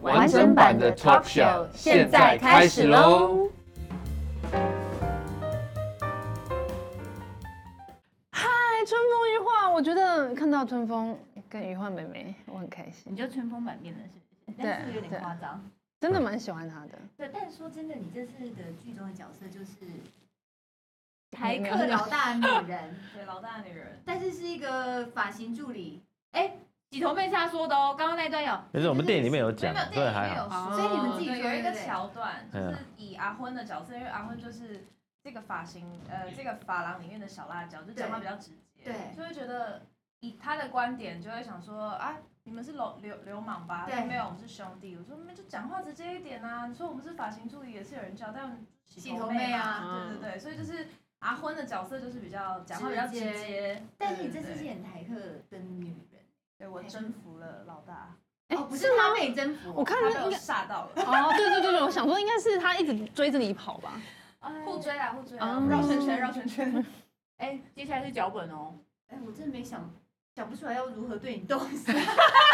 完整版的 talk show 现在开始喽！嗨，哎春风一化，我觉得看到春风跟一化妹妹，我很开心，你就春风满面了，是不是？但是有点夸张。真的蛮喜欢她的。对，但是说真的，你这次的剧中的角色就是台客老大女 人，对，老大的女人。但是是一个发型助理。哎，洗头妹是他说的哦，刚刚那一段有。可是我们电影里面有讲没有，，所以电影里还面有好。说，所以你们自己哦对说有一哦对个不对桥段，就对是啊以阿昏的角色，因为阿昏就是这个发型，呃，这个发廊里面的小辣椒，就讲话比较直接，对就会觉得以他的观点，就会想说啊。你们是流流流氓吧？对他说没有，我们是兄弟。我说你们就讲话直接一点啊！你说我们是发型助理，也是有人教，但洗头妹妹啊啊，对对对，所以就是阿昏的角色就是比较讲话比较直直接。但是你对对这次是对演台客的女人，对我征服了老大，哎哦，不是他被你征服哦，我看他那被我应该吓到了。哦，对对对对，我想说应该是她一直追着你跑吧。 哎互追啊啦，互追啦嗯，绕圈圈，绕圈 圈。哎，接下来是脚本哦。哎，我真的没想想不出来要如何对你 动手。哎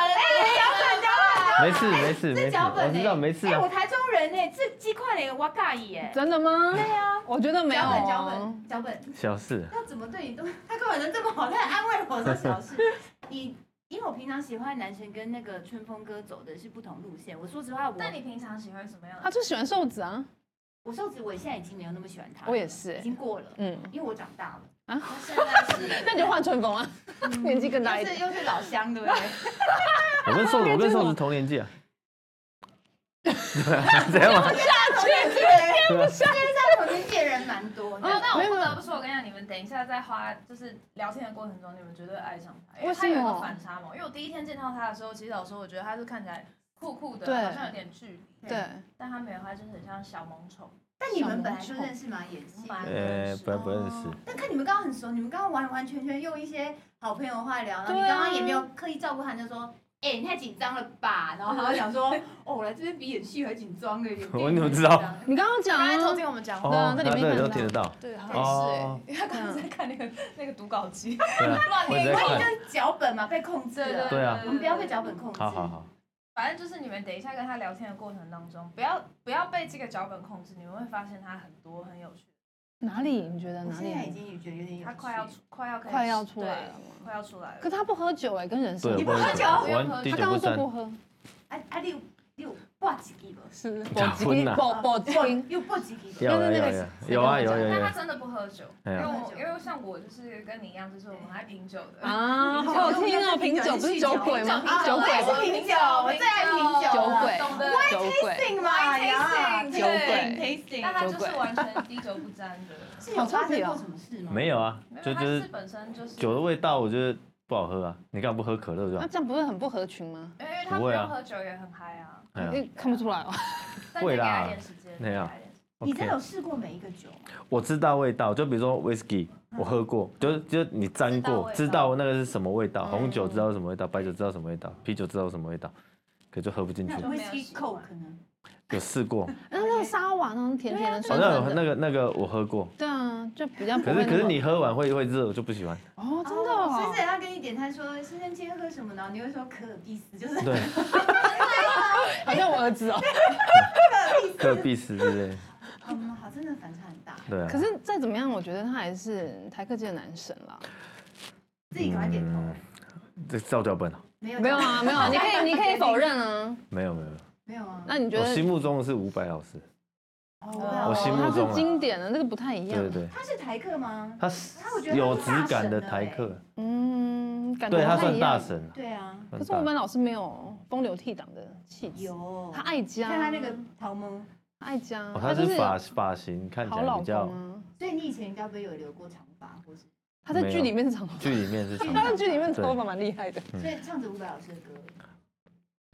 哎没事没事没这事，脚本我知道欸没事哎，我啊。台中人哎，这鸡块脸我尬意哎。真的吗？对啊，我觉得没有、脚啊。本，脚本，脚本，小事，要怎么对你动？他跟我人这么好，他还安慰我说 小事。你因为我平常喜欢的男生跟那个春风哥走的是不同路线。我说实话，我那你平常喜欢什么样他的？就喜欢瘦子啊，我瘦子，我现在已经没有那么喜欢他了。我也是、已经过了，嗯，因为我长大了。啊他现 在那你就换春风啊，年纪更大一嗯是又点。是又是老乡，对 不对？我跟瘦子，我跟瘦子同年纪啊。怎样嘛？ 但我们界人蛮多没有，的。但哦我不得不说，我跟你讲，你们等一下在花就是聊天的过程中，你们绝对爱上他，因为他有一为什个么反差萌。因为我第一天见到他的时候，其实老实说，我觉得他是看起来酷酷的，对好像有点距离，对，但他没有，他就是很像小萌宠。但你们本来就认识吗？演戏。蛮呃，不不认识哦。但看你们刚刚很熟，你们刚刚完完全全用一些好朋友的话聊，然后你对啊刚刚也没有刻意照顾他，你就说。 哎、你太紧张了吧？然后他就想 说，哦，我来这边比演戏还紧张哎。有电影我怎么知还道紧张你刚刚讲刚才偷啊，听我们讲话，对啊哦，在里面对看得都到听得到。对，好哦像是哎，因为他刚刚在看那个那个读稿机， 对啊，乱我也在那你看。就是脚本嘛，被控制对了。对啊我们不要被脚本控制。好好好，反正就是你们等一下跟他聊天的过程当中，不要不要被这个脚本控制，你们会发现他很多很有趣，哪里？你觉得我哪现在已里？经觉得有点有趣他快要出快要可以快要出来了对吗？快要出来了。可他不喝酒哎、跟人是对，一样我不能喝酒讲不我用玩喝滴他酒刚刚不说沾不。喝，啊啊六六挂几个哦吧， 是假婚啊呐爆爆挂金，又挂几个吧。有那有个有谁有有啊有有但有他。真的不喝酒，哎因为呀我因为像我就是跟你一样，就是我们爱品酒的。啊，好好听哦，品酒不是酒鬼吗？品酒啊酒鬼我吗？也是品酒我最爱品酒酒鬼懂得。酒鬼，定嘛呀，酒鬼 tasting，但他就是完全滴酒不沾 的，是有发生过什么事吗？没有啊，没就有，就他是是本身就是酒的味道，我觉得不好喝啊。你干嘛不喝可乐是那吧？这样不是很不合群吗？因为他不不会啊用喝酒也很嗨啊。哎呀，你看不出来哦，但你给他一点时间，会给啦他一点时间你真 OK 的有试过每一个酒吗？我知道味道，就比如说 whisky，我喝过，就是就是你沾过，知知道道味道那个是什么味道，嗯红酒知道什么味道，白酒知道什么味道，啤酒知道什么味道，可就喝不进去那。没有 whisky 试过 coke 呢？有试过，哦， 那那个沙瓦那种甜甜的、酸那酸个的，那个那个我喝过，啊对啊，就比较不可会是那么。可是你喝完会会热，我就 不喜欢。哦，真的哦所哦以，他跟你点餐说先生今天喝什么呢？你会说可尔必斯，就是对，好像我儿子哦。 可尔必斯之类的， 嗯，好，真的反差很大。对啊。可是再怎么样，我觉得他还是台客界的男神啦。自己赶快点头，嗯这照脚本啊？没有没有啊，没有，你可 以你可以否，认啊。没有没有没有， 没有啊。那你觉我得心目中的是伍佰老师，哦我心目他中是啊经典的，这个不太一对样。对对，他是台客吗？他他我觉是得有他质是大感的神台欸客，嗯，感觉对不他太算一大样。神啊。对啊，算可是我大们老师没有风流倜傥的气质，有他爱家，看他嗯那个桃蒙，他爱家，哦，他就是发发型看起好来老比较公，啊。所以你以前该不会有留过长发，或是？他在剧里面是长头发，剧里面是长 他在剧里面对 头发蛮厉害的。嗯所以唱着伍佰老师的歌，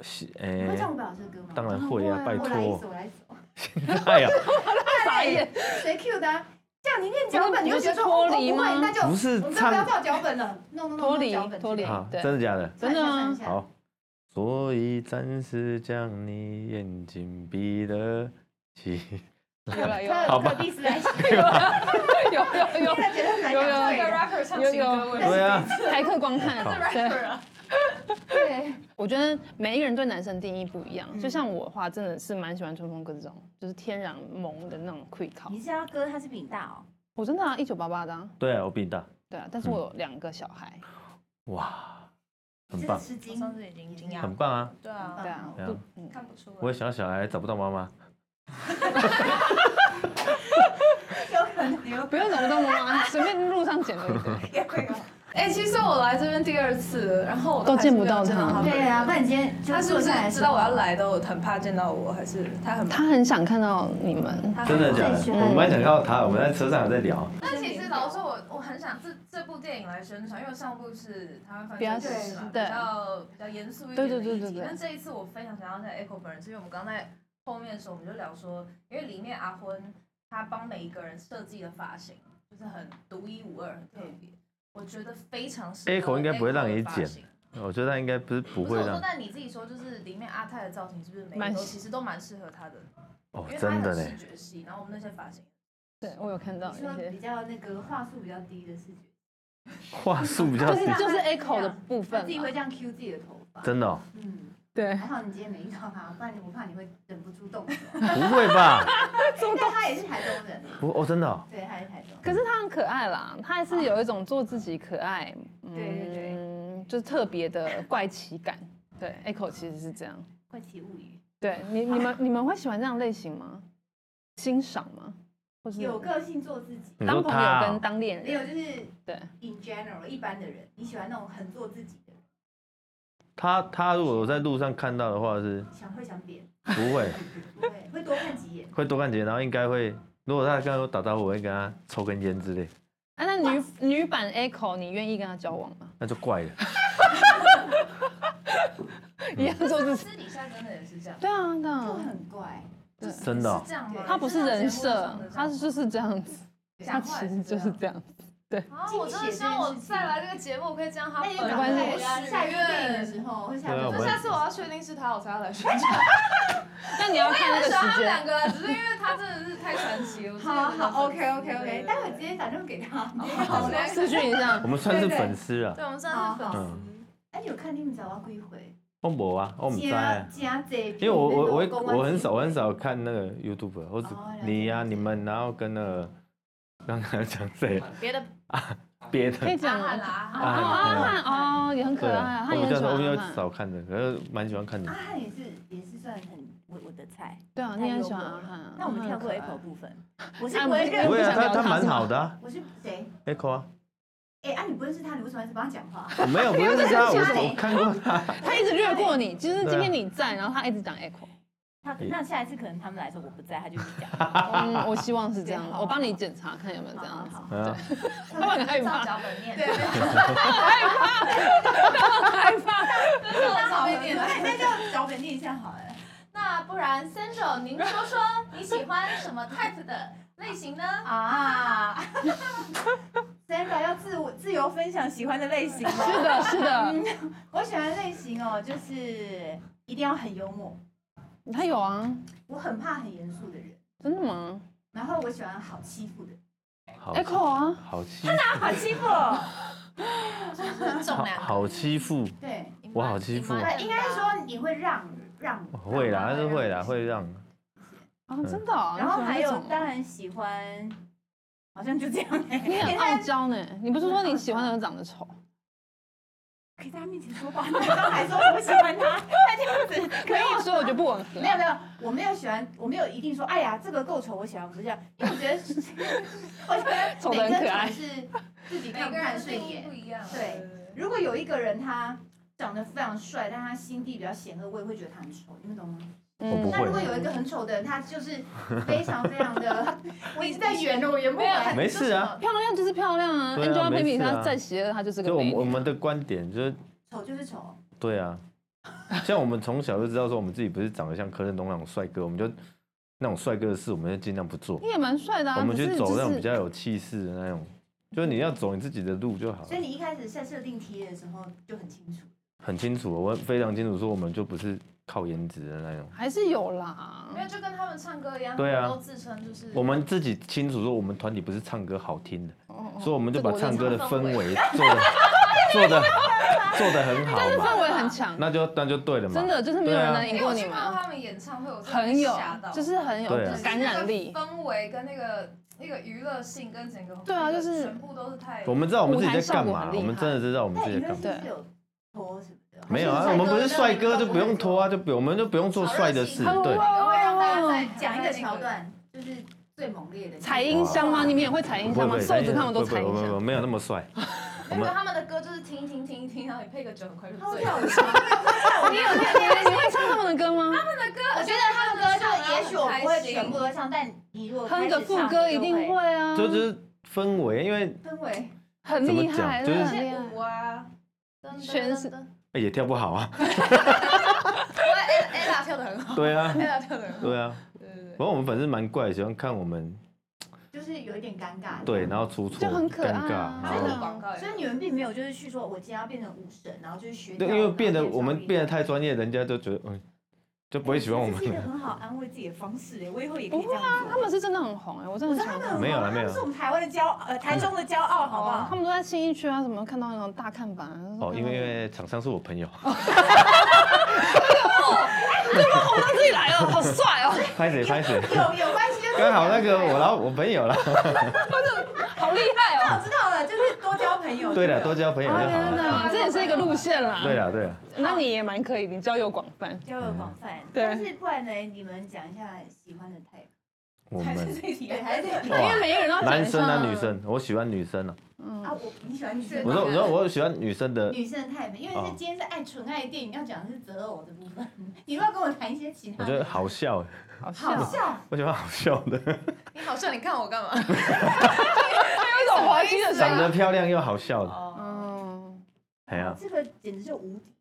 是你会诶，唱伍佰老师的歌吗？嗯当然会啊，拜我来一托首，，我来一首。 哎呀，傻眼，谁 Q 的啊？这样你念脚本，你你会会觉觉得得说脱哦离我不会吗那就不是我们不要唱照脚本了，no no no，脱离照脚本脱离啊，对真的假的？真的吗？好，好，所以暂时将你眼睛闭了起 有了有了好吧第四来，有有有，觉得蛮有有有一个啊 rapper 唱情歌，我也对啊，台客光看 好，对。是 rapper 啊，对，我觉得每一个人对男生定义不一样，嗯就像我的话，真的是蛮喜欢春风哥这种，就是天然萌的那种 quick 考你。是要歌，他是比你大哦。我真的啊，一九八八的、啊，对啊，我比你大，对啊，但是我有两个小孩，哇，你真很的棒，吃惊我，上次已经惊很讶，棒啊！对啊，对啊，对不啊，嗯，看不出来。我也想要小孩找不到妈妈，有可能嗯有不用怎么动啊，随便路上捡 对不对？哎，其实我来这边第二次，然后我都还见是不没有到见他对啊，不然你今天就他是不是坐下来知道我要来的？我很怕见到我，还是他很怕？他很想看到你们，他 真的假我在学的？我们蛮想看到他，我们在车上有在聊，但其实老实说，我我很想这这部电影来宣传，因为上部是台湾犯比较罪故事嘛，比对较比较严肃一对点对的对议对题。对但这一次我非常想要在 Echo 本人，是因为我们刚在后面的时候我们就聊说，因为里面阿昏他帮每一个人设计的发型就是很独一无二、很特嗯别，我觉得非常适合 Echo 应该不会让你 Echo 的发型剪我觉得他应该不是不不会是我说让，但你自己说，就是里面阿泰的造型是不是每蛮一个其实都蛮适合他的，哦因为，他真的很呢视，觉系，然后我们那些发型。对我有看到一说些 比，较那个话术比较低的视觉，话术比较 就是低就是 echo 的部他分自己嘛会，这样 Q 自己的头发。真的哦，嗯，对还好你今天没遇到他，不然你我怕你会忍不住动手。不会吧？但他也是台中人，不，哦，真的哦，对，他也是台中。可是他很可爱啦，他还是有一种做自己可爱，嗯，对对就是特别的怪奇感。对，Echo 其实是这样。怪奇物语，对你你们你们会喜欢这样类型吗？欣赏吗？或是有个性做自己，你当说朋他友跟哦，当恋没有人？就是对， in general 一般的人，你喜欢那种很做自己的人，他他如果我在路上看到的话是想会想扁，不会，不会会多看几眼。会多看几眼，然后应该会，如果他跟我打招呼，我会跟他抽根烟之类，啊，那女女版 Echo，你愿意跟他交往吗？那就怪了。嗯一样做自己。私底下真的也是这样，对啊，对就啊，很怪，对真的哦是这样吗？他不是人设，他是就是这样子，他讲其话也实就是这这样。样。啊，我真的希望我再来这个节目，我可以这样他那本你人赶关系快我啊下许一部电影的愿。时候会下对啊一我就们部。下次我要确定是他，我才要来宣 传。那你要我看那也个很时喜欢他们间两。个，只是因为他真的是太传奇了。好好，OK OK OK，待会直接打电话给他。好接私讯一下我，们算是粉丝啊，对，我们好上次粉丝好。嗯，哎，你有看你们早要归回？我无啊，我唔知啊，加这，因因为我我我我很少我很少看那个 YouTube，我只哦了解你呀、了解你们，然后跟那个 刚刚讲谁啊 别的别可以的，讲阿啊。汉啦，啊阿哦，汉阿汉哦，也很可对爱啊啊，，他我也比很喜较少我比欢较阿汉。少看的，可是蛮喜欢看阿的。汉也是也是算很我我的菜。对啊，你也很喜欢阿汉。那我们跳过阿汉很可 Apple 爱部分，我是啊不会不认不我会也识不啊，想聊他他他蛮是吗好的、啊、我是谁？ ，Echo 啊，哎啊，你不认识他，你为什么一直帮他讲话？我没有不认识他，我不是很我看过他，他一直略过你，就是对啊今天你在，然后他一直讲 echo。他那下一次可能他们来说我不在，他就你讲。嗯，我希望是这样对，好我帮你检查看有没有这样子好。嗯啊，他们很害照 怕，脚本念，对，害怕。照脚好，本念。那就脚本念一下好了。那不然三手，您说说你喜欢什么 type 的类型呢？ 啊，Sandra 要自我自由分享喜欢的类型吗？是的，是的，我喜欢的类型哦，就是一定要很幽默，他有啊，我很怕很严肃的人，真的吗然后我喜欢好欺负的人。好？echo 啊，好欺好欺负哦？重好量，好欺负，对，我好欺负啊你妈不应该是说你会让让我哦会啦，他是会啦，会让。啊，真的啊。然后还你喜欢有这种当然喜欢，好像就这样哎、你很在傲娇呢，你不是说你喜欢那种长得丑？可以在他面前说话，那刚 还说我不喜欢他，那这样子可没以啊有说我觉得不吻合。没有没有，我没有喜欢，我没有一定说，哎呀，这个够丑，我喜欢，不是这样，因为我 觉得，我觉得丑得很可爱每个人丑是自己每看不个人看的顺定义眼不。一样。对，如果有一个人他长得非常帅，但他心地比较险恶，我也会觉得他很丑，你们懂吗？我不那会如果有一个很丑的人，他就是非常非常 的，我一直在圆了，我圆不没有完。没事啊，漂亮就是漂亮啊对啊没事，Angelababy 啊她再邪恶，她就是个就我美们我女。们的观点就是丑就是丑，对啊，像我们从小就知道说我们自己不是长得像柯震东那种帅哥，我们就那种帅哥的事我们就尽量不做你，也蛮帅的啊，我们可就是走就那种是比较有气势的那种，就是你要走你自己的路就好了所以。你一开始在设定题的时候就很清楚，很清楚，我非常清楚说我们就不是靠颜值的那种，还是有啦因。为就跟他们唱歌一样，对啊他们都自称就是我们自己清楚说我们团体不是唱歌好听的，所以我们就把哦这个我唱歌的常氛常围做的做的做的很好这氛嘛，围很强，那就那就对了嘛，真的就是没有对人啊能赢因为过我你去们看啊，他们演唱会，我真的很有被吓到，，就是很有对啊感染力。氛围跟那个那个娱乐性跟整个对啊就是全部都是太我们知道我们自己舞台在效干果嘛，很厉我们真的知道我们那自己娱在乐干嘛。性是有拖什么的，没有啊，我们不是帅哥就不用拖啊，就不我们就不用做帅的事，好对。然后让大家哦再讲一个桥，段，就是最猛烈的踩音箱啊吗？你们也会踩音不箱会不吗？会，瘦子他们都不踩会不音会不会箱。没有那么 帅。因为他们的歌就是听听听听，然后你配个酒很快就他会醉跳 了。舞吗， 哦你有你你会唱他们的歌吗？我觉得他们歌就也许我不会全 部都唱，但你如果开哼始个唱副歌一定我就会啊，这就是氛围，因为氛围，很怎么厉害，讲就真是的很厉而且害。舞啊，全是哎也跳不好 啊。 Ella 跳的很好对啊， ，Ella 跳的很好，对啊。对不对过我们粉丝蛮怪，喜欢看我们就是有一点尴尬。对，然后出错，就很可爱尴尬，啊然对，后那个广告也所以你们并没有就是去说，我今天要变成舞神，然后就是学跳对舞。因为变得然后我们变得跳太专业，人家就觉得嗯，就不会喜欢我舞，这是一个们。很好安慰自己的方式哎，我以后也可不以这会样啊，做。他们是真的很红哎，我真的我知很道他想们很没有啦红啊没他有们是我们台湾的骄傲，呃，台中的骄傲，好不 他好？们都在新一区啊，什么看到那种大看板啊。哦，因 为因为厂商是我朋友，红到自己来了，好帅哦，拍谁拍谁，有有关系就是刚好那个我老我朋友啦。好厉害哦。我知道了，就是多交朋友。对了，多交朋友就好真了。的，这也是一个路线啦。对，了对了，那你也蛮可以，你交友广泛。交友广泛。对但是不然呢？你们讲一下喜欢的 type。我们对，还是 因为每个人都要讲一下男生啊女，生，我喜欢女生啊。啊，我你喜欢女生我吗说啊我说我喜欢女生的，女生的 type，因为哦是今天是爱纯爱的电影，要讲的是择偶的部分。 你如果跟我谈一些其他我的，觉得好笑，好笑，好笑。我喜欢好笑的，啊你好像你看我干嘛？有一种滑稽的长声得音。漂亮又好笑的，哦，嗯，哎呀，这个简直就无敌。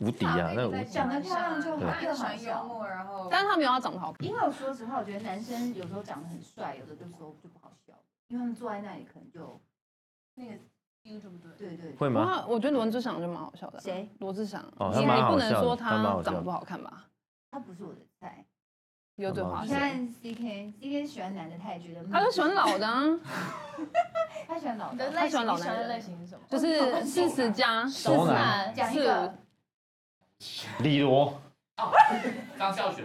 无敌啊，那无个敌讲。得漂亮就好又喜欢幽默，然后但是他们有要长得好看。因为我说实话，我觉得男生有时候长得很帅，有的就时候就不好笑，因为他们坐在那里可能就那个 YouTube 对。对对。会吗？哇，我觉得罗志祥就蛮好笑的。谁？罗志祥。哦你他蛮也不好笑的能说他蛮好他笑的长得不好看吧？他不是我的菜。有嘴滑他你蛮好笑舌。看 C K C K 喜欢男的，他也觉得嗯他就喜欢老的啊，他喜欢老你的的。类他喜欢型，老你男喜人欢的类型是什么？ 就是四十加，四熟十男男，讲一个，李罗，张孝全，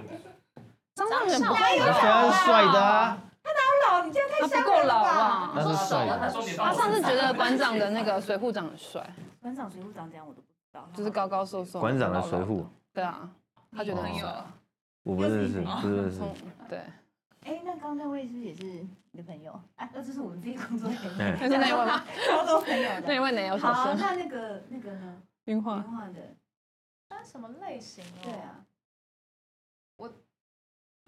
张尚远不张尚够远那虽然是帅的啊，老，你这样太他伤人不够了老啊吧？吧？那是帅他的，说你帮他我上次觉得馆长的那个水扈长很帅，馆长水浒长怎样我都不知道。就是高高瘦瘦。馆长的老老水扈，哦对啊，他觉得很帅。我不认识，不认识。嗯，对，哎，那刚刚那位是不是也是你的朋友？啊，那这是我们自己工作人员，哎， 那是那一位 吗？超多朋友那的。一位奶油小好，啊生，嗯那那个那个呢？云文华，化的，他什么类型哦？对，啊，我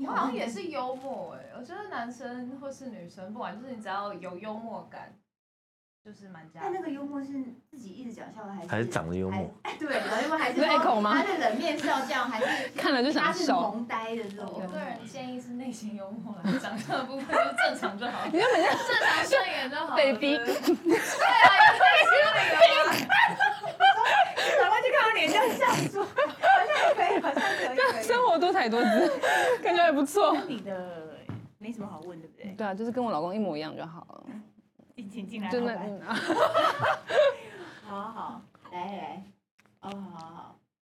好像也是幽默哎、我觉得男生或是女生，不管就是你只要有幽默感，就是蛮加但分哎那。个幽默是自己一直讲笑的，还是还是长得幽默，还？哎，对，然后 还是是 echo 说吗他的冷面是要这样，还 是 看了就他想是笑。萌呆的这种我幽个？默人建议是内心幽默啦， 长相的部分就正常就好，你就每天正常顺眼就好了。 Baby 对啊，有内啊心 然后就看到脸这样笑说，好像可以，好像可以可以。生活多彩多姿，感觉还不错。那你的没什么好问，对不对？对啊，就是跟我老公一模一样就好了。进请进来，就好那吧嗯啊好好，来来，哦，好好好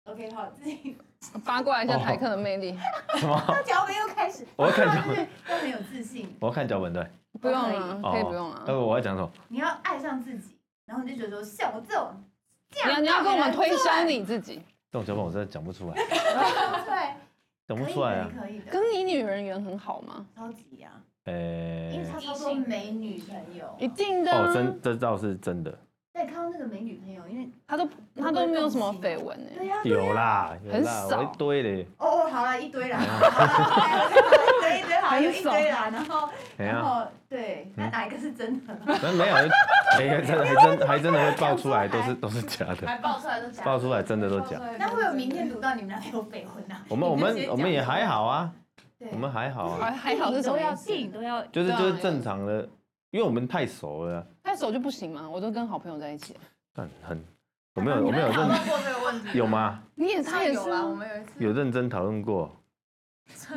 ，OK，好，自己八卦一下台客的魅力，什么？那脚本又开始，我要看他脚就本，是都很有自信，我要看脚本对。不用了，哦可以不用啊了那。我要讲什么？你要爱上自己，然后你就觉得说，像我这种，这你要样你要跟我们到底推能销你自己，这种脚本我真的讲不出来，做来，讲不对，出来啊。可以的，可以的，跟你女人缘很好吗？超级啊呀，因为诶他超多美女朋友，一定的啊。哦，真这倒是真的，但看到那个没女朋友，因为他都他都没有什么绯闻哎对，呀、对有呀啦，有很啦，我少一堆嘞，哦哦，好啦，一堆哎啦，一堆一堆好，有一堆啦，啊然后哎然呀，后对，那哪一个是真的？那没有，哎呀，真的还真还真的会爆出来，都是都是假的，还爆出来都假的，爆出来真的都假。那会不会有明天读到你们俩有绯闻啊？我们我们我们也还好啊，对我们还好还啊，还好是什么意思？电影都要就是对啊就是正常的，因为我们太熟了啊，太熟就不行嘛，我都跟好朋友在一起。但很我没有我没有讨认论过这个问题，有？吗？你也他他也也有是啦，啊我们有一次有认真讨论过，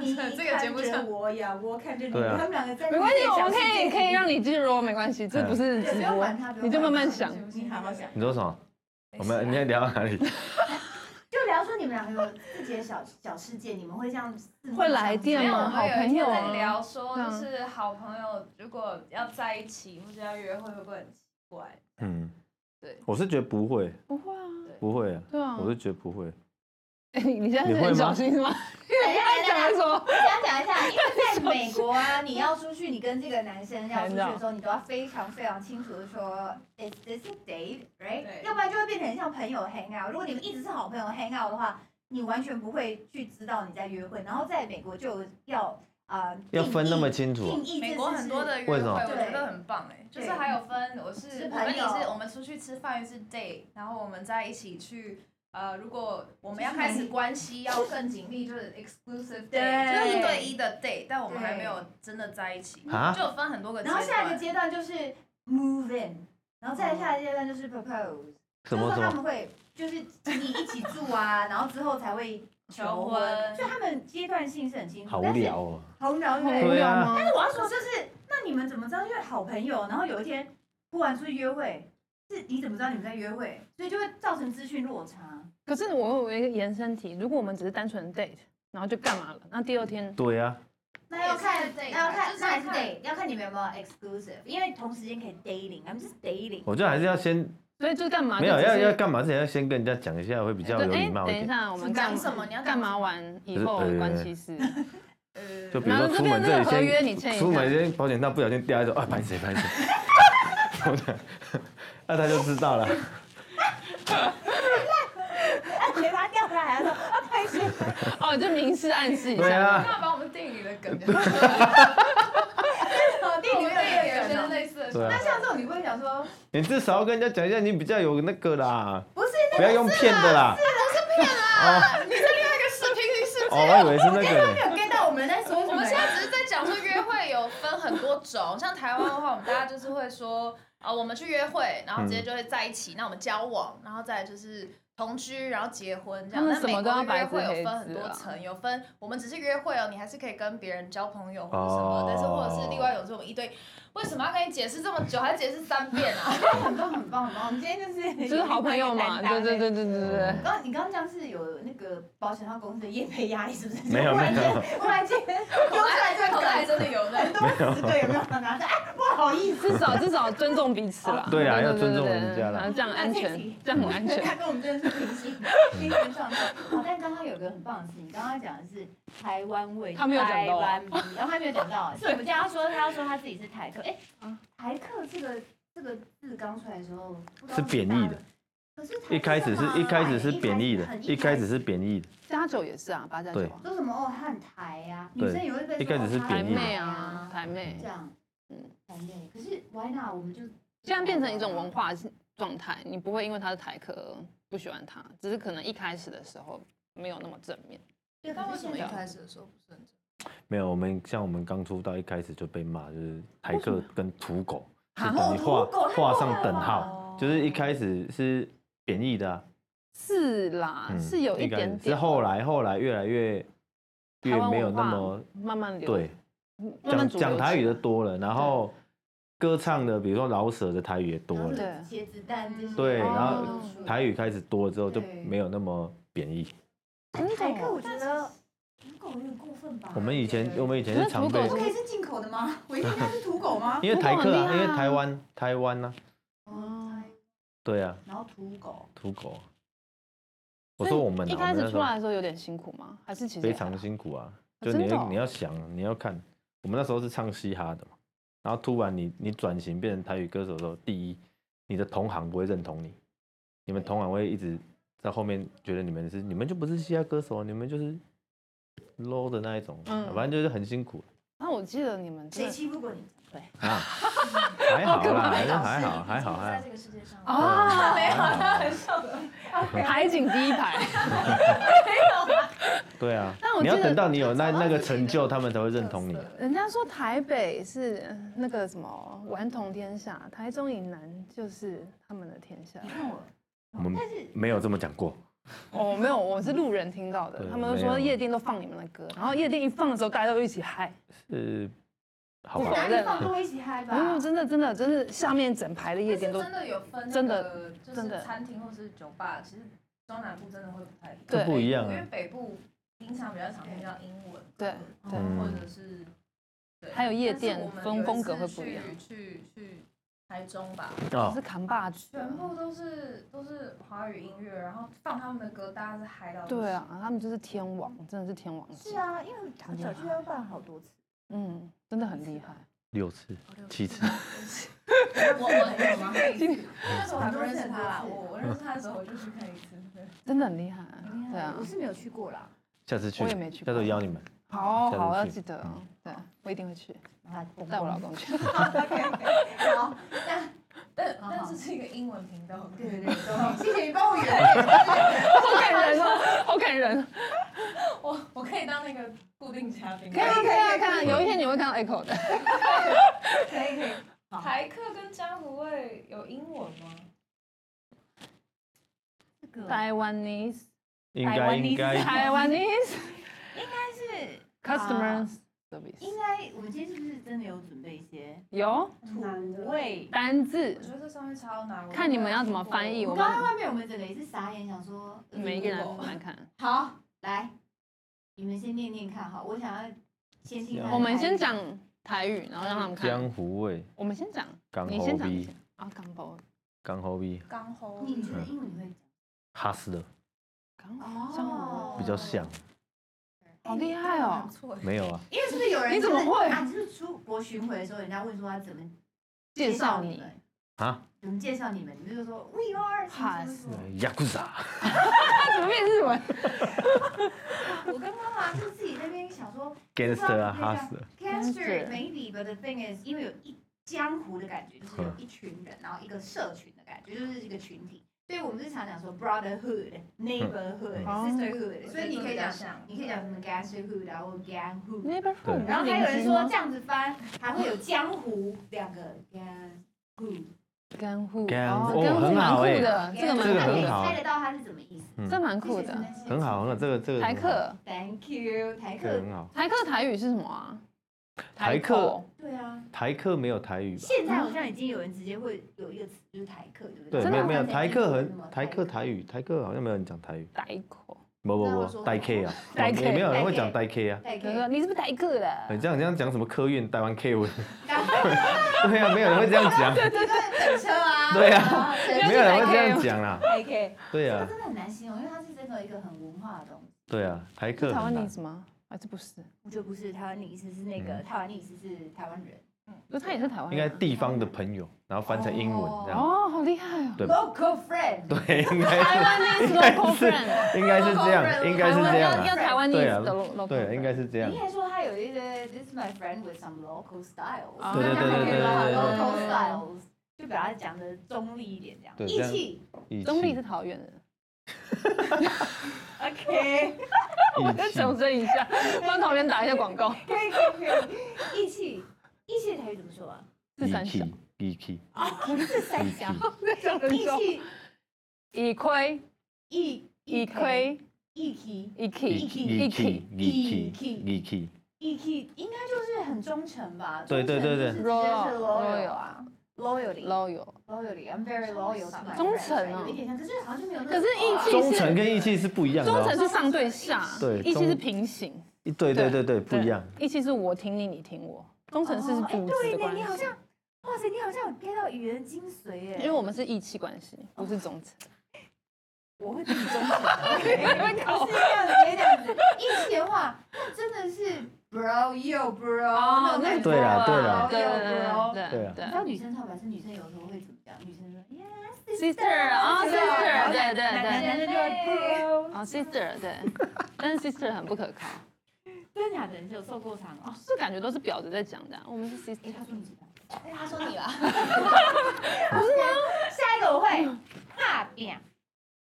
你这个节目看着啊上我呀，我看着你，对啊他们两个在没关系，那我个小们世可以界可以让你自由，没关系，这不是对直不用播管他，不用管他你就慢慢想。你好好想，你说什么？我们今啊天聊到哪里？就聊说你们两个有自己的小小世界，你们会这样子会来没电有，我吗们有一天在聊好说，朋友啊就是好朋友如果要在一起或者要约会，会不会很奇怪？嗯，对我是觉得不会，不会啊，不会啊，对啊，我是觉得不会。哎 你现在你是会很吗小心是吗？等一下，讲等的什么？一下，我想讲一下，因为在美国啊，你要出去，你跟这个男生要出去的时候，你都要非常非常清楚的说，is this a date, right？对要不然就会变成很像朋友 hang out。如果你们一直是好朋友 hang out 的话，你完全不会去知道你在约会。然后在美国就要啊、呃要分那么定清义楚啊定义这美国是很多的约会，为什么我觉对得很棒哎，就是对还有分，我是是我跟朋你友是我们出去吃饭又是 date，然后我们在一起去。呃，如果我们要开始关系要更紧密，就是 exclusive date，对就是一对一的 date，但我们对还没有真的在一起，啊就有分很多个阶然后段。下一个阶段就是 move in，然后再下一个阶段就是 propose。什么就是说什他么？们会就是你一起住啊，然后之后才会求求婚，婚所以他们阶段性是很清楚。好无聊，哦。好无聊，对不对无对聊啊但是我要说就是，那你们怎么知道？因为好朋友，然后有一天不管出去约会，是你怎么知道你们在约会？所以就会造成资讯落差。可是我有一个延伸题，如果我们只是单纯 date，然后就干嘛了？那第二天对啊，那要看，也是 date 那要吧看，就是那还是看 date，要看你们有没有 exclusive，因为同时间可以 dating，我们是 dating。我觉得还是要先所以就干嘛？没有啊就只要是要干嘛之前要先跟人家讲一下，会比较有对礼哎貌一等一点。下，我们干嘛讲什么你要讲干嘛完以后就是呃关系是？呃，就比如说出门这然里后这边那个合约你先，签一下出门先保险套不小心掉一手，啊，拍谁拍谁， 那他就知道了。嘴巴掉下来啊了，哦，就明示暗示一对下。啊，那把我们电影里的梗讲出来，哦，电我影们里面电有影有人些哦。类似的对啊那，像这种你不会想说，你至少要跟人家讲一下，你比较有那个啦，不是不要用骗的啦。啊是不是骗啦？哦，你是另外一个视频，你是哦，我以为是那个呢。没有 get 到我们在说什么。我们现在只是在讲说约会有分很多种，像台湾的话，我们大家就是会说，啊，我们去约会，然后直接就会在一起，那我们交往，然后再来就是同居，然后结婚这他样。们那什美么都国要的约白纸会黑有字啊分很多层，有分我们只是约会哦，你还是可以跟别人交朋友或者什么，但是或者是另外有这种一对，为什么要跟你解释这么久，还解释三遍啊？ 很棒很棒很棒，我们今天就是就是好朋友嘛，对对。对对对对你。刚你刚刚这样是有那个保险套公司的业配压力是不是？没有忽然间没有，忽然间丢出来这口袋还个真的有梗， 呢。很多词对有没有？然后就哎不好意思， 至少至少尊重彼此啦。对啊要对尊重对人家啦然后这样安那这全集，这样很安全。他跟我们真的是平行平行状态。好，但刚刚有个很棒的事情，刚刚讲的是台湾味，他没有讲到啊台湾味然后他没有讲到，是我们家说他要说他自己是台客，哎，台客这个这个字刚出来的时候不知道是贬义的。可是台客一开始是啊一开始是贬义的很，一开始是贬义的，加酒也是啊，八加九啊，说什么哦，他很台呀、女对生也会被说一开始是哦台她贬很义的妹台啊，台妹这，样，嗯嗯，台妹。可是 why not？我们就现在变成一种文化状态，你不会因为他是台客而不喜欢他，只是可能一开始的时候没有那么正面。对，但为什么一要？开始的时候不是很正？没有我们像我们刚出道一开始就被骂，就是台客跟土狗，就啊等哦于画土狗太画过上分等了号，就是一开始是贬义的啊，是啦，啊是有一开点始点。嗯是后来后来越来越越台湾没有文那化么慢慢流，对，慢慢讲主流讲台语的起多了，然后歌唱的，比如说老舍的台语也多了，对茄子蛋这些，对然后都嗯出来台语开始多了之后就对没有那么贬义。来真台的客哦我觉得土狗有点过分吧。我们以前对我们以前是常被那不土，可以是进口的吗？我一定要是土狗吗？因为台客土狗很厉啊，害啊因为台湾台湾啊，哦，对啊，然后土狗，土狗。啊我说我们啊一我们开那始时出候来的时候有点辛苦吗？还是其实非也还好常辛苦啊，啊就你真的要哦你要想你要看，我们那时候是唱嘻哈的嘛，然后突然你你转型变成台语歌手的时候，第一你你的同行不会认同你，你们同行会一直在后面觉得你们是你们就不是嘻哈歌手，啊你们就是 low 的那一种，嗯反正就是很 辛苦那啊我记得你们真谁的欺负过你？啊，还好啦，还是还好还好还在好这个世界上，哦啊，没有，还好他很少的。海景第一排，对啊但我，你要记得等到你有那那个成就，他们才会认同你。 人家说台北是那个什么顽童天下，台中以南就是他们的天下。我们没有这么讲过， 哦，没有，我是路人听到的对，他们都没有说夜店都放你们的歌，然后夜店一放的时候，大家都一起嗨。是好不吧否？大认家放多一起嗨没有，吧。哦真的真的真的，下面整排的夜店都但是真的有分啊真真的的真的餐厅或是酒吧，其实中南部真的会不太一样，对这不一样因为啊，北部经常比较常听到英文，对对嗯或者是对还有夜店但是我们风有一风格次会不一去样去去台中吧，是哦，扛把子。全部都是都是华语音乐，然后放他们的歌，大家是嗨到不行对，啊，他们就是天王，真的是天王级是。啊，因为小区要办好多次。嗯，真的很厉害。六次七次， 我我我去看一次， 那时候我还不认识他啦，很多我我认识他的时候我就去看一次，对真的很厉害，对对啊啊，我，是没有去过啦。下次去，我也没去下过次我邀你们。好下次好要去嗯记得啊，对我一定会去，啊，我带我老 公去。 好，但好但好是是一个英文频道，对对对，谢谢你帮我圆。好感人哦，好感人。我我可以当那个固定嘉宾吗。可以啊可以看，有一天你会看到 Echo 的。可以可以，台客跟江湖味有英文吗？这个 台湾 is 应该应该台湾 is 但是 customer 应 service 该我们今天是不是真的有准备一些有土味？单字我，觉得这上面超难。我看你们要怎么翻译。我我刚刚在们外面，我们整个也是傻眼，想说呃每一个人来看。好来，你们先念念看哈，我想要先听看看。我们先讲台语，然后让他们看。江湖味，我们先讲，港你先猴讲逼，啊，港宝，港猴逼，刚吼你觉得英文会哈斯的港讲猴，江哦湖，比较像，好厉害哦不。错耶，没有啊，因为是不是有人你怎么就是会啊？就是出国巡回的时候，人家问说他怎么介绍你们啊？怎么介绍你们？你们就说 We are 啊什么什么什么。雅库扎，怎么变日文？我跟妈妈就自己在那边想说 gangster 啊，哈斯的 Cancer maybe, but the thing is，因为有一江湖的感觉，就是嗯有一群人，然后一个社群的感觉，就是一个群体。所以我们日常讲说 brotherhood、neighborhood、嗯 sisterhood，所以哦你可以讲，像你可以讲什么 gangsterhood 啊，或 ganghood。 neighborhood，然后还有人说邻这样子翻还会有江湖两个居吗 ganghood，干户，干哦哦干户很蛮好酷欸的，啊这个这个蛮酷很的，好啊猜得到它是什么意思。这蛮酷谢谢的。。很好很好，这个这个台很好，客， Thank you，台这个客。很好，台客台语是什么啊？台客口对啊，台客没有台语吧？现在好像已经有人直接会有一个词就是台客，对不对？对，嗯真没的有没有好像台在客英文很有台客台语，台客好像没有人讲台语，台客，不那我不说不，什台么 K 啊，台客也没有人会讲台台 K 啊，台他说客。你是不是台客你的？这样这样讲什么科院台湾 K 文？刚对啊，没有人会这样讲，等车啊， 对啊然后乘车没有人会这样讲啦，台客，这对个啊真的很难形容，因为它是真的一个很文化的东西。对啊，台是客台湾很难意，思吗？还是不是？我觉得不是台湾意思是那个嗯台湾意思是台湾人。就他也是台湾应人该啊，地方的朋友，然后翻成英文这样，哦，好厉害哦。对 Local friend，对， 应该台是湾 is local 是 friend，应该是这样，应该是这样台湾要要啊，台湾 is 对啊的 local，对，应该是这样你。还说他有一些 This is my friend with some local styles，啊那这样就可以把它哦对对对对对 local 对 styles 就把它讲的中立一点，这样对义这样气。义气中立是桃园人，再 OK，义气纠正一 下，帮桃园打一下广告。可以可以可以，义气。义气的台语怎么说啊？是三小，气义气是三义小。气，义气，以亏义以，亏义气，以义气气以义气气义气义气，义气，应该就是很忠诚吧？对对对对忠诚就是直接是 loyal loyal 啊，loyalty loyal， loyalty，I'm very loyal to my 忠诚啊 friends，有一点像，可是好像就没有那可种。是义气忠诚跟义气是不一样的忠诚哦。是上对下，对义气忠是平行，对对对对，不对一样。义气是我听你，你听我，忠诚是哦哎父子对的呢，关你好系。像，哇塞，你好像有 get 到语言的精髓耶。因为我们是义气关系，不是忠诚。我会自己中奖。不是这样子，别这样子，一起的话，那真的是 bro yo bro，哦那种感觉对啦对啦 bro yo bro。你对啊知道女生唱白是女生有时候会怎么讲？女生说 yeah ，sister 啊对啊，sister，对对男对，男生就会对啊，sister，对，但 是 sister 很不可靠，真的假的？你有受过伤哦？这感觉都是婊子在讲的啊，我们是 sister，他说你知道，哎他说 你啦，下一个我会怕扁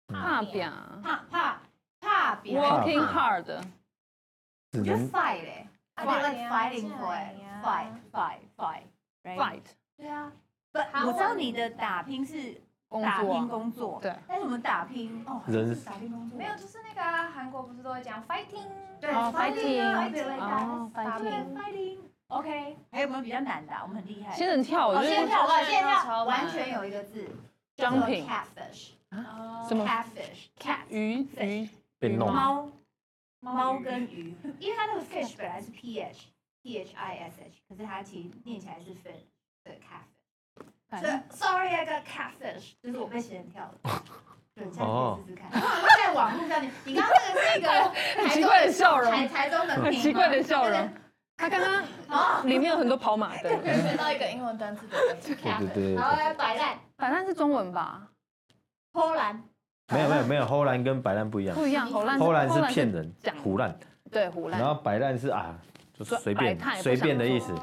怕婊怕怕怕扁， ，working 怕 hard，只我觉得能 fight 欸嘞，I feel like 啊 fighting for it, fight fight fight right？ fight，对啊，不，我知道你的打拼是工打作拼啊，工作，对，但是我们打拼哦，人是打拼工作，没有，就是那个啊韩国不是都会讲 fighting，对哦 fighting 啊 fighting，对哦 like that，打拼 fighting fighting OK，还有没有比较难的啊？我们很厉害。仙人跳，我哦，觉现在得跳吧，我觉得现在跳超难完全有一个字 jumping catfish，什么 catfish cat 鱼鱼被弄了，猫猫跟鱼，因为它那个 fish 本来是 p h p h i s h，可是它其实念起来是 fish 对 catfish，反所正以 sorry I got catfish，就是我被仙人跳 了。对，你下次可哦以试试看。我在网络 上，你你刚刚那个是一个很 台奇中怪的笑容，台台中 的很地奇怪方的笑容。他刚刚里面有很多跑马灯，学到一个英文单词的感觉。对对对对然后还有摆烂，反正是中文吧？波兰没有没有没有，荷兰跟白烂不一样，不一样，是荷兰荷兰荷是兰骗人讲，胡乱，对胡然兰后白烂是啊，就是随摆便烂不随便想的意思。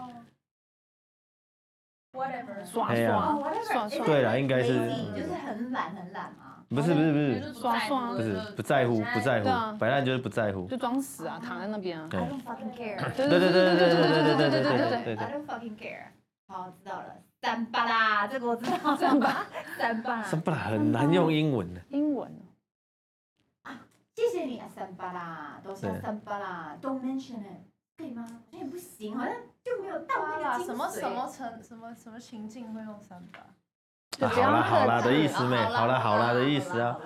Whatever，耍哎呀耍哦爽，whatever，爽对啦应该是 lazy，就是很懒很懒嘛。不是不是不就是不在乎爽不是就不在乎不在对啊乎，白烂就是不在乎。就装死啊，躺在那边啊。对 I don't fucking care。对对对对对对对对对对对对对 I don't fucking care。好，知道了。三八啦，这个我知道。三八，三八。三不啦很难用英文的，英文哦谢谢你啊，三八啦，多谢对三八啦，Don't mention it，可以吗？好像也不行，好像就没有到花那啦个什么精髓什么成什么什么情境会用三八？啊好啦好啦的意思没？啊好啦好啦的意思啊，。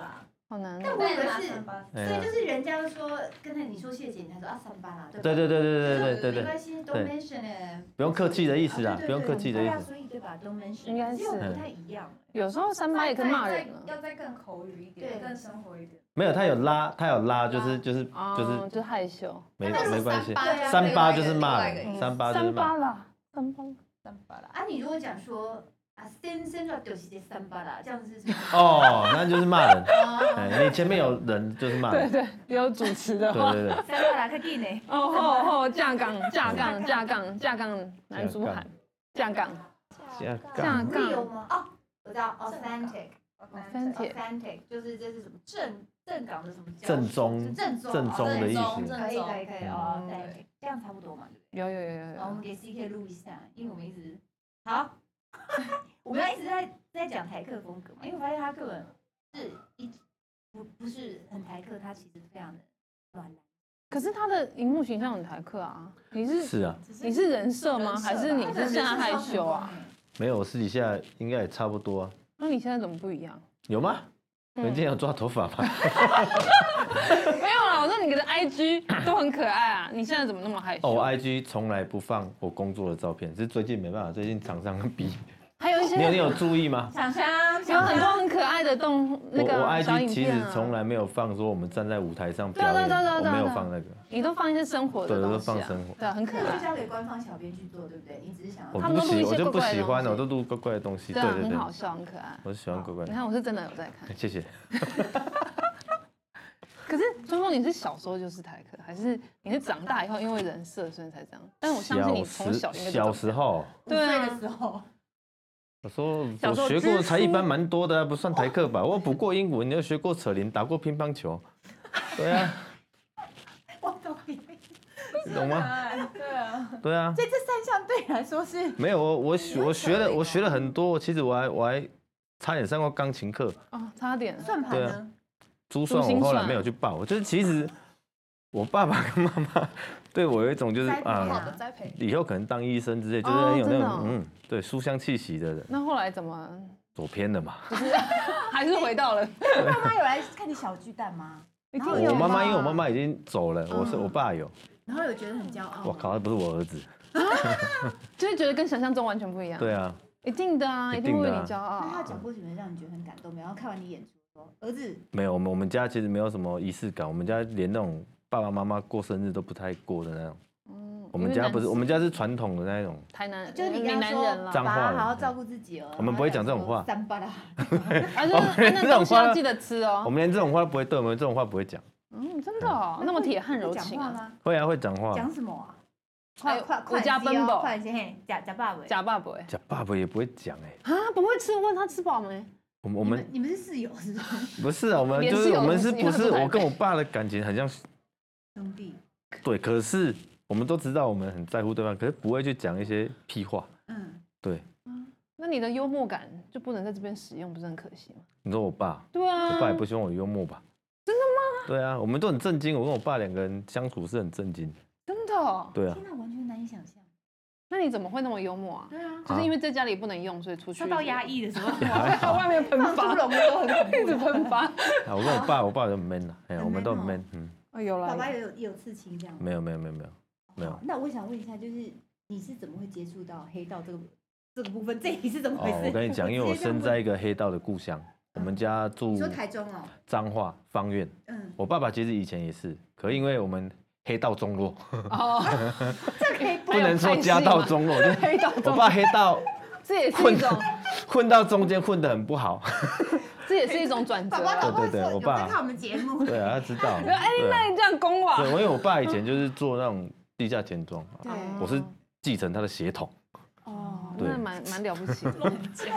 好难但哦。我以为是，八，哎所呀以就是人家说刚才你说谢谢你，他说啊三八啦，对吧？对对对对对对对没对，关系，Don't mention it。不用客气的意思啊啊，对对对不用客气的意对啊思。所以对吧？Don't mention，it，应该是又不太一样。有时候三八也可以骂人啊。要再更口语一点，更生活一点。没有，他有拉，他有拉，就是就是哦就是就害羞。嗯没那如果没关系三，八对啊三八就是骂另外一个人，意思三八就是骂人。啦，三八啦。三八啦，啊，你如果讲说啊，先生就丢些三八啦，这样子是什么？哦，那就是骂人。哎，你前面有人就是骂对人。对，有主持的啊对话。对对，三八啦，快进呢。哦吼吼，架杠架杠架杠架杠，男主喊架杠这样架杠理由杠。吗？哦，我知道，authentic。 Authentic authentic 就是这是什么正正港的什么教正宗是正宗正宗的意哦正思。宗可以可以可以哦嗯啊，authentic 这样差不多嘛，对不有有有有对？好，我哦有们。给 CK 录一下，因为我们一直好， 我们要一直在在讲台客风格嘛，因为我发现他根本是一不不是很台客，他其实非常的软男，可是他的荧幕形象很台客啊，你是是啊，你是人设吗？人设吧还是你是现在害羞啊？没有，我私底下应该也差不多啊。那你现在怎么不一样？有吗？嗯人家有抓头发吗？没有啦，我说你的 IG 都很可爱啊，你现在怎么那么害羞？哦，我 IG 从来不放我工作的照片，是最近没办法，最近厂商 逼。还有一些你有你有注意吗？想象有很多很可爱的动那我个我啊小 IG 影其片实啊，从来没有放说我们站在舞台上对表啊演，对啊对啊我对啊没有对啊放那个。你都放一些生活的对东都西啊放生活对啊，很可那就爱，交给官方小编去做，对不对？你只是想要我他们不都录一喜，些我就不怪怪的喜欢，东我西都录怪怪的东西。对对啊，对很对，好笑，很可爱。我是喜欢怪怪你的。看，我是真的有在看。 谢谢。可是春风，你是小时候就是台客，还是你是长大以后因为人设所以才这样？但我相信你从小应该时就长小时候，对啊，时候，我说小我时候学知过才一书般蛮多的啊，不算台课吧？我补过英文，又学过扯铃，打过乒乓球。对啊， 我懂你。你 懂吗？对啊，对啊，所以这三项对你来说是没有我我学我学了我学了很多，其实我还我还差点上过钢琴课，哦，差点算盘对呢啊？珠算珠心我后来算没有去报，我就是其 实我爸爸跟妈妈 对我有一种就是栽培好啊啊，的栽培。以后可能当医生之类，就是哦很有那真的种、哦嗯，对书香气息的人，那后来怎么？走偏了嘛。还是回到了爸妈有来看你小巨蛋吗？一哦定我有嗯妈妈吧因为我妈妈已经走了，我是我爸有，然后有觉得很骄傲我吗？靠，不是我儿子，嗯就是觉得跟想象中完全不一样。对啊，一定的啊，一一定定会的啊为你骄傲那他啊。讲过什么让你觉得很感动没有？然后看完你演出，儿子没有，我们我们家其实没有什么仪式感，我们家连那种爸爸妈妈过生日都不太过的那种。嗯，我们因为家男不是，我们生家是传统的那一种，台南，就是你呃闽跟他南说人脏了，话爸了好好照顾自己哦。我们不会讲这种话三八啦，啊，就是啊 们那这种东西话要记得吃我哦。们连这种话都不会对，我们这种话不会讲。嗯，真的哦，那么铁汉柔情会讲啊话，吗？会啊，会讲话。讲什么啊？哎快快我快家点奔哦跑快点嘿，假假爸爸。假爸爸哎讲爸爸也不会讲哎、啊，不会吃，问他吃饱没？我们我我们你们是室友是不是？不是啊，我们连就室是友我都们不是是因不为他是不在我跟北我爸的感情很像，兄弟，对，可是我们都知道我们很在乎对方，可是不会去讲一些屁话。嗯，对，那你的幽默感就不能在这边使用，不是很可惜吗？你说我爸，对啊，我爸也不希望我幽默吧？真的吗？对啊，我们都很震惊，我跟我爸两个人相处是很震惊。真的哦。对啊天，哪，完全难以想象。那你怎么会那么幽默啊？对啊，就是因为在家里不能用，所以出去受到压，抑的时候，还到好外面喷 放发，出笼都很恐 怖一直喷发。啊我跟我爸，我爸都很 man 啊，哎呀，很我们都 man 哦很 man。嗯，哦，有爸了爸，也有也有刺青这样。没有没有没有没有 没有好。那我想问一下，就是你是怎么会接触到黑道这个这个部分？这里是怎么回哦，事？我跟你讲，因为 我直接这样生问嗯在一嗯个黑道的故乡，我们家住你说台中哦，彰化方院。嗯，我爸爸其实以前也是，可因为我们黑道中落，哦，这可以不能说家道中 落，就黑道我中，爸黑道这也是 混一种，混到中间混得很 不好。这也是一种转折啊爸。 爸搞对不好对对说我有爸在看我们节 目，对啊，他知道。哎，对那嗯啊，你这样攻我对，因为我爸以前就是做那种地下钱庄，对我是继承他的血 统，哦，对那蛮蛮了不起 的。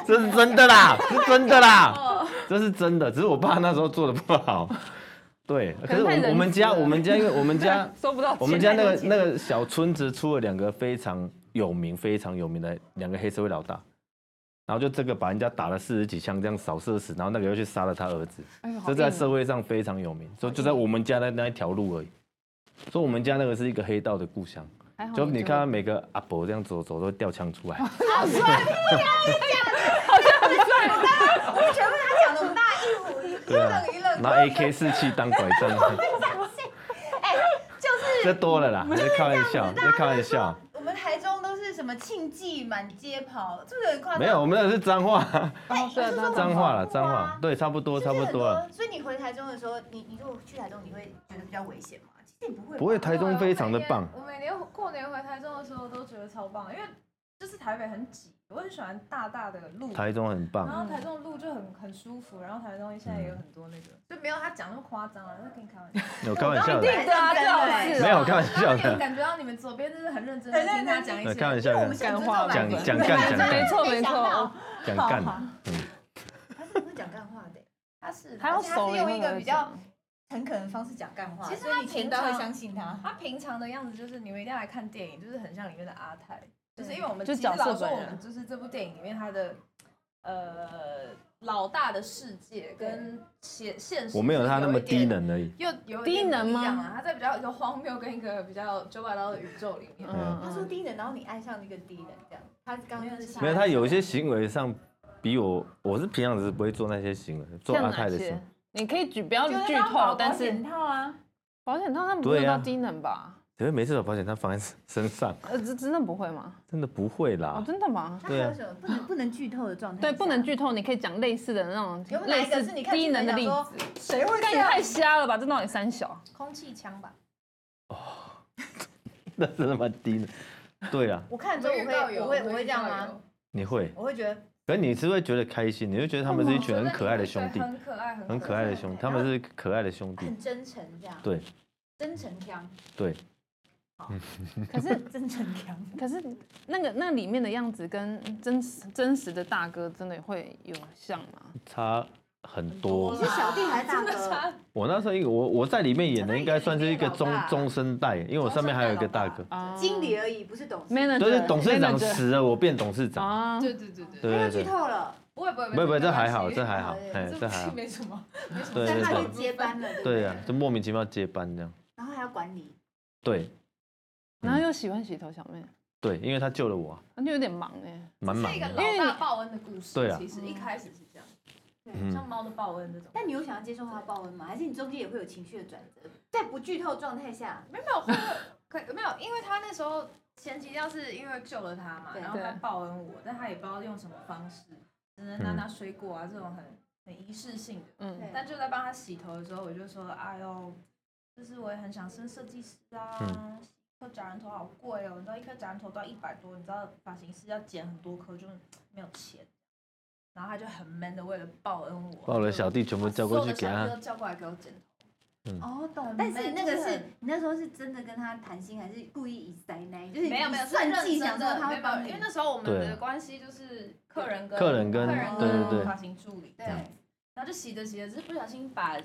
这是真的啦，是真的哦啦，这是真的。只是我爸那时候做的不 好。对，可可是能太我我们仁慈家了我们家因为我们家 收不到钱，我们家那个那个小村子出了两个非常有名、非常有名的两个黑社会老大，然后就这个把人家打了四十几枪，这样扫射死，然后那个又去杀了他儿子，哎呦，好这在硬哦社会上非常有名，所以就在我们家的那一条路而已。所以我们家那个是一个黑道的故乡，还好就你这看个到每个阿伯这样走走都会掉枪出来，我全部他讲的，我们大家一五一对啊愣一愣，拿 AK 四七当拐杖，就是 这多了啦，这开玩笑，这开玩笑，我们台中都是什么庆忌满街跑，这个很夸张。没有，我们那个是脏话，哎，对对对脏话了，对脏话，对，差不多，就是差很不多了。啊所以你回台中的时候，你你如果去台中，你会觉得比较危险吗？其实你不会吧，不会，台中非常的棒。我每年过年回台中的时候都觉得超棒，因为就是台北很挤，我很喜欢大大的路，台中很然棒，后台中的路就很很舒服，然后台中现在嗯也有很多那个，就没有他讲那么夸张了，会跟你开玩笑。有开玩笑的，对啊，最好是没有开玩笑然后有的，感觉到你们左边真的很认真的听他讲一呃些，开玩笑。笑我们的，想干话讲部分讲干讲没干错没想错到，讲干，好嗯，他是不会讲干话的，他是还要而且熟是了用以一后个才比较讲诚恳的方式讲干话，其实所以他你全平都会常相信他。他平常的样子就是你们一定要来看电影，就是很像里面的阿泰，就是对因为我们就其实角色老实说本我人们就是这部电影里面他的呃老大的世界跟现现实我没有他那么低是有一点能而已。又有一低点能吗不一样啊？他在比较一个荒谬跟一个比较九百刀的宇宙里面，嗯他说低能，然后你爱上那个低能，这样。他刚刚就是没有他有一些行为上比我，我是平常是不会做那些行为，做阿像泰哪的行些为。？你可以举不要就是剧帮宝透宝，但是剪套啊，保险套他们不会对啊到低能吧？可是每次把保险套放在身 上，呃，真真的不会吗？真的不会哦啦，。真的吗？他还对啊有什么不能不能剧透的状态？对，不能。剧透，你可以讲类似的那种有没有哪类一个似是你看低新能闻的讲例说子。谁会但这你样？太瞎了吧？这到底三 小，空气枪吧。 那真的蛮低能。对啊，我看了之后我会我会我会这样吗？？你会，我会觉得可是你是会觉得开心，你就觉得他们是一群很可爱的兄弟，很可爱，很可爱的兄，他哦们是可爱的兄弟很。真诚这样。对，真诚枪，对，可是真诚枪。可是那个那里面的样子跟真实真实的大哥真的会有像吗？差很多你。是小弟还是大 哥？我那时候一个我我在里面演的应该算是一个中我在里面演老大中生代，因为我上面还有一个大哥，啊经理而已，不是董事。 manager 就是董事长 manager 死了，我变董事长。啊，对对对对，他对要对剧对，透了，不会不会不会不会，这还好，这还好对，哎，这还好，没什么，对但对他就对，接班了，对啊不对呀，就莫名其妙接班这样。然后还要管理，对然后又喜欢洗头小妹，对，因为他救了我啊，那就有点忙哎、满是满一个的。老大报恩的故事，对啊其实一开始是这样，像嗯，猫的报恩这种。但你有想要接受他的报恩吗？还是你中间也会有情绪的转折？在不剧透状态下，没有没有会不会，可没有，因为他那时候前提要是因为救了他嘛，对然后对嗯他报恩我，但他也不知道用什么方式，只能拿拿水果啊这种很很仪式性的。嗯，但就在帮他洗头的时候，我就说：“哎呦，就是我也很想升设计师啊，嗯一颗假人头好贵哦，你知道一颗假人头都要一百多，你知道发型师要剪很多颗，就没有钱。”然后他就很 man 的为了报恩我，抱了小弟就全部叫过去给所有的小弟他都，叫过来给我剪头。哦，懂。但是但是那那个个是是你那时候是真的跟他谈心，还是故意以塞奶？就是没有没有，你是认算计，想真说的，他没会有帮因你为。那时候我们对的关系就是客人跟客人跟客人对对对发型助理这对样，然后就洗着洗着，只是不小心 把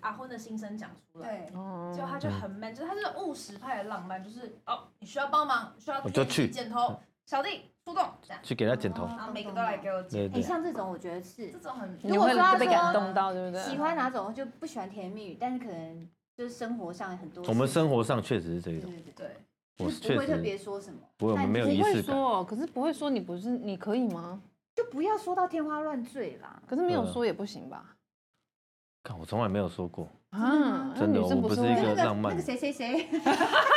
阿昏的心声讲出来，对，哦就他就嗯很 man，就是他是务实派的浪漫，就是哦，你需要帮忙，需要我就去嗯剪头，小弟出动这样，去给他剪头，然后每个都来给我剪，对哎，对，像这种我觉得是这种很你会如果说被感他说动到，对不对？喜欢哪种就不喜欢甜言蜜语，但是可能就是生活上很多事。我们生活上确实是这一对种，对对，对，我就是不确会特别实说什么，不会，我们没有但仪哎不式会感，说，可是不会说你不是你可以吗？就不要说到天花乱坠啦。可是没有对啊说也不行吧？看我从来没有 说过，啊，真的那女生我不是会一那个个浪漫那个谁谁谁，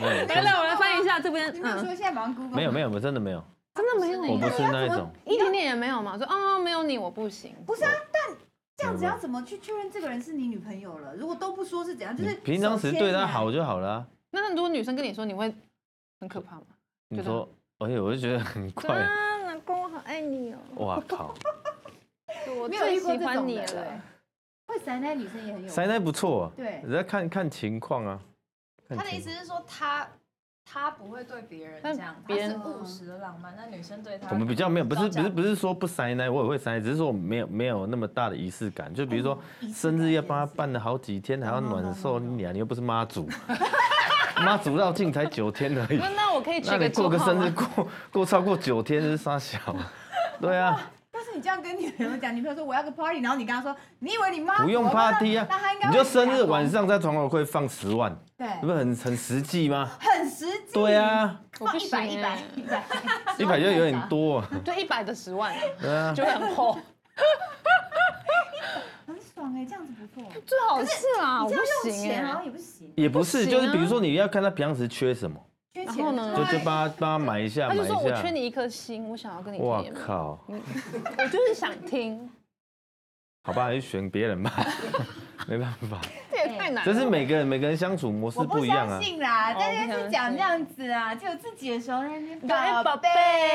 没有来来，我来翻一下这边，你没有说嗯，现在马上 Google 没有没有，我真的没有，真的没有我不吗，是那一种，一点点也没有嘛？说啊，没有你我不行，不是啊，但这样子要怎么去确认这个人是你女朋友了？如果都不说是怎样？就你是平常时对他好手就好了啊。那如果女生跟你说，你会很可怕吗？你就这说，而且我就觉得很怪啊，啊，老公，我好爱你哦，哇靠，啊我没有最遇过喜这欢种你的了。牵手会塞奶的女生也很有塞奶不错啊，对人家看看情况啊。看他的情意思是说他。他不会对别人但这样，他别是人务实的浪漫。那女生对他，我们比较没有，不是不是是，不是说不塞奶，我也会塞，只是说我没有没有那么大的仪式感。就比如说仪式感生日要帮他办了好几天，还要暖寿，你啊俩你又不是妈祖， 妈祖绕境才九天而已不，是那我可以取 那你个过绰个号生日吗？过过超过九天是傻小啊，对啊，但是你这样跟女朋友讲，女朋友说我要个 party，然后你跟她说，你以为你妈不用我妈 party 啊那她应，该你会就生日想哦晚上在床头柜放十万，对，哎这不是很很实际吗？很实际。对，啊，我不放一百行一欸百一百， 一百就有点多啊，就一百的十万，对啊，就会很厚，很爽哎，这样子不错。最好是啊，我你不这样用行钱哦好哎像。也不行，也不是，不就行啊是比如说你要看他平常时缺什么，缺然钱后呢就就是就帮他帮他买一下他买就说我缺一下。你一颗心，我想要跟你哇见面，靠！我就是想 听，好吧，还是选别 人吧，没办法，这也太难了。这是每个人每个人相处模式我不一样相啊。信啦，哦大家不相是信讲这样子啊，只有自己的时候在那边对哎宝贝，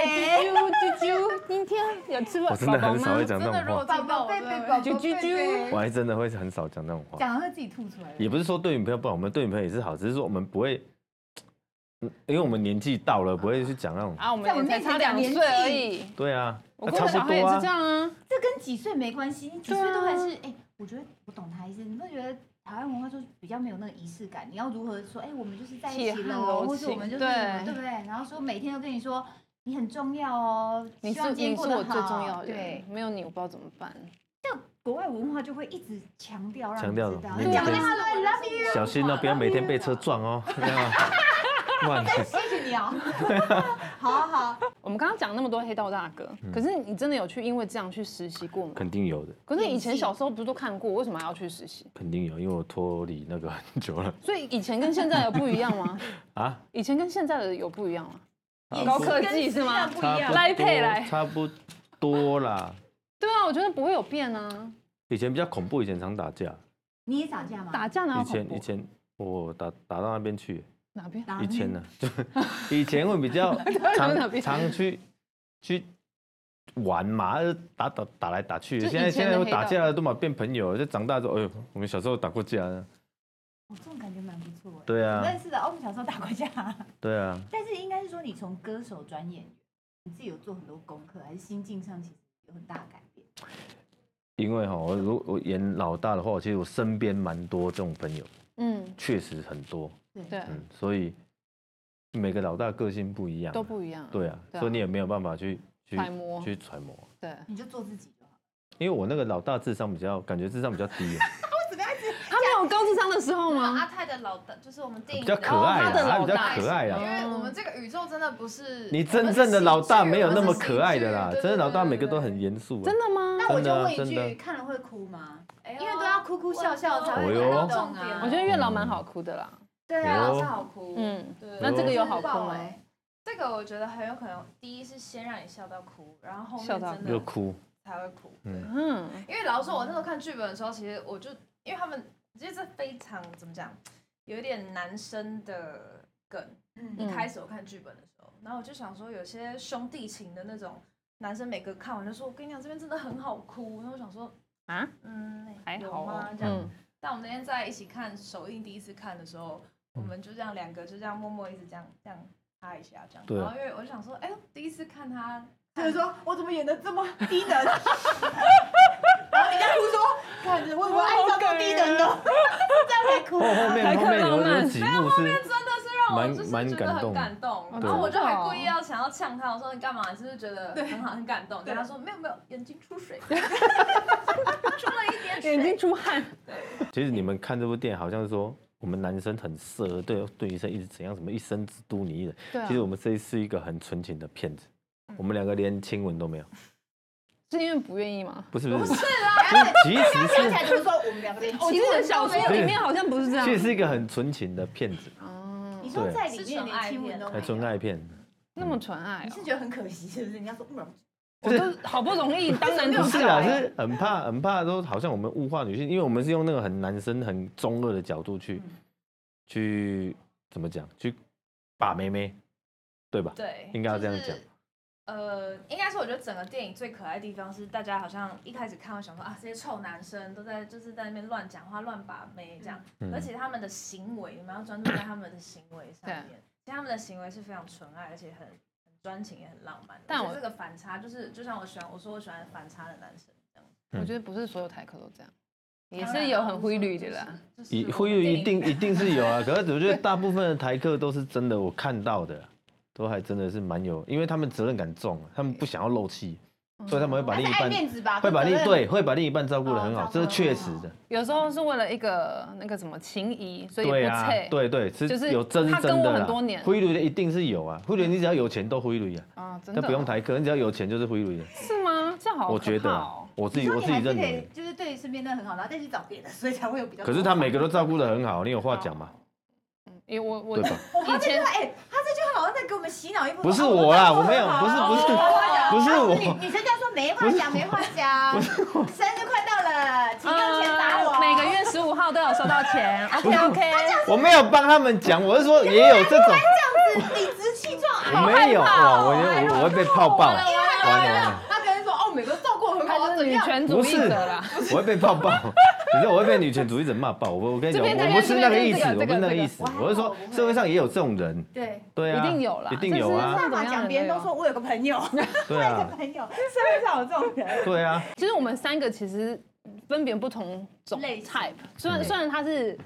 啾啾啾啾，今天有吃我饱真饱的饱很少会吗？讲这真的种如果话，听到宝我贝，真贝的贝会宝啾啾啾贝，我还真的会很少讲这种话。讲了会自己吐出来。也不是说对女朋友不好，我们对女朋友也是好，只是说我们不会，嗯因为我们年纪到了，不会去讲那种。啊，我们在我也才面前差讲两年岁而纪已，对啊，我啊跟我小孩也是这样啊。这跟几岁没关系，你几对啊岁都还是哎、我觉得我懂他意思。你不觉得台湾文化就是比较没有那个仪式感？你要如何说？哎、我们就是在一起铁汉柔喽，或是情我们就是对什么对不对？然后说每天都跟你说你很重要哦，你希是望今天你过是得我最重要好的人对，，没有你我不知道怎么办。国外文化就会一直强调，让强你调知道你你讲每了天 I love 啊 you，小心哦，不要每天被车撞哦，这样 啊不然谢谢你哦。 好啊好 啊，我们刚刚讲那么多黑道大哥，嗯可是你真的有去因为这样去实习过吗？肯定有的，可是以演前戏小时候不是都看过，为什么还要去实习？肯定有，因为我脱离那个很久了所以以前跟现在有不一样吗？啊。以前跟现在的有不一样吗？差不高多科技是吗？差不多来配来差不多啦。对啊，我觉得不会有变啊。以前比较恐怖，以前常打架。你也打架吗？打架哪有以前恐以怖？前我打打到那边去，哪边？打以前呢、就以前会比较 哪常边常去去玩嘛，就打打打来打去。就以现在前现的在我黑打道架了都嘛变朋友了，就长大之后，哎呦，我们小时候打过架啊。哦这种感觉蛮不错哎。对我啊，认识的哦，我们小时候打过架， 对啊，但是应该是说你从歌手转演员，你自己有做很多功课，还是心境上其实有很大的改变？因为哈，我如我演老大的话，其实我身边蛮多这种朋友，嗯，确实很多，对对，嗯，所以每个老大个性不一样啊，都不一样。对啊，对啊所以你也没有办法去去揣摩去揣摩，对，你就做自己就好。因为我那个老大智商比较，感觉智商比较低啊，他没有高智商的时候阿 吗？泰的老大就是我们电比影较的可爱他啊，的他比较老大可爱啊因。为我们这个宇宙真的不是你真正的老大没有那么可爱的我啦，们是喜剧真的老大每个都很。严肃啊。真的吗？那我就真的啊问一真的句，看了会哭吗？对对对对对哎因为都要哭哭笑笑才哦会哟看得重懂点啊。我觉得月老蛮好哭的啦。对哎啊，呦老师好哭。嗯，对那这个有好哭爆吗？欸哎，这个我觉得很有可能，第一是先让你笑到哭，然后后面笑到真又的哭，才会哭。嗯，因为老实说，我那时候看剧本的时候，其实我就因为他们其实这非常怎么讲，有一点男生的梗。嗯一开始我看剧本的时候，然后我就想说，有些兄弟情的那种男生，每个看完就说：“我跟你讲，这边真的很好哭。”然后我想说啊，：“嗯，还有好吗哦？”这样。嗯但我们那天在一起看首映，第一次看的时候，我们就这样两个就这样默默一直这样这样哈一下这样。对然后因为我就想说，哎呦，第一次看他，就是说我怎么演的这么低等？然后人家哭说，看着我怎么爱上这么低等的？后后面后面有有几幕是真的是让我蛮就是蛮觉得感很动的感动。哦然后我就真的还哦故意要想要呛他，我说你干嘛？你是不是觉得很好很感动？对他说没有没有，眼睛出水，出了一点水。眼睛出汗，其实你们看这部电影，好像说我们男生很适合对对女生一直怎样，什么一生只督你一人。对啊其实我们这是一个很纯情的骗子，我们两个连亲吻都没有。是因为不愿意吗？不是不是，不是啊，其实想起是来怎么说我们两个连我记得小说里对面好像不是这样其。实是一个很纯情的骗子，哦，你说在里面连亲吻都没还纯有，爱骗。那么纯爱你哦是，觉得很可惜是不是？人家说嗯，我都好不容易当男主不是角 啊，欸，是很怕很怕，都好像我们物化女性，因为我们是用那个很男生很中二的角度去去怎么讲，去把妹妹，对吧？对，应该要这样就是讲呃，应该说，我觉得整个电影最可爱的地方是，大家好像一开始看，我想说啊，这些臭男生都在就是在那边乱讲话、乱把妹这样，嗯而且他们的行为，你们要专注在他们的行为上面对。其实他们的行为是非常纯爱，而且很很专情，也很浪漫的。但我觉我得这个反差，就是就像我喜欢，我说我喜欢反差的男生这样，我觉得不是所有台客都这样，也是有很灰绿啊的啦。就是一我们会有电一影定一定是有啊，可是我觉得大部分的台客都是真的，我看到的都还真的是蛮有，因为他们责任感重，他们不想要漏气，所以他们会把还另是一爱半面子吧？会把另跟一责任对会把另一半照顾的很好，这是确实的，有时候是为了一个那个什么情谊，所以对不啊配。，对对是就是有真是他跟真我的很啦多年灰驴的一定是有啊，灰驴你只要有钱都灰驴啊，啊，真他的不用台客，你只要有钱就是灰驴的，是吗？这样好可怕哦，我觉得啊我自你己说我你自己还是认可以为，，就是对身边的很好，然后再去找别的，所以才会有比较多。可是他每个都照顾的很好，你有话讲吗？因为我我对吧他以这句前话，哎，他这句话好像在给我们洗脑一部分。不是哦我啦，我都没有，很好不是啊不是不是我。女女生就说没话讲，没话讲，生日快到了，请用钱打我。呃每个月 十五号都有收到 钱。OK OK，我没有帮他们讲，我是说也有这种，这样子理直气壮，我没有哇，我我我会被泡爆，完因为了他完可能了，他可能说哦，每个都照顾很好，他我就是怎女样？权主不义是者啦。我会被泡爆，你知道我会被女权主义者骂爆，我我跟你讲，这边我不是这边那个意思，这我边不是那个意思这边，这边我是说我不会社会上也有这种人，对，对啊，一定有啦一定有这啊，办法讲别人都说我有个朋友， 对我有啊个，朋友，社会上有这种人。对啊，其实我们三个其实分别不同种类型 type，虽然嗯虽然他是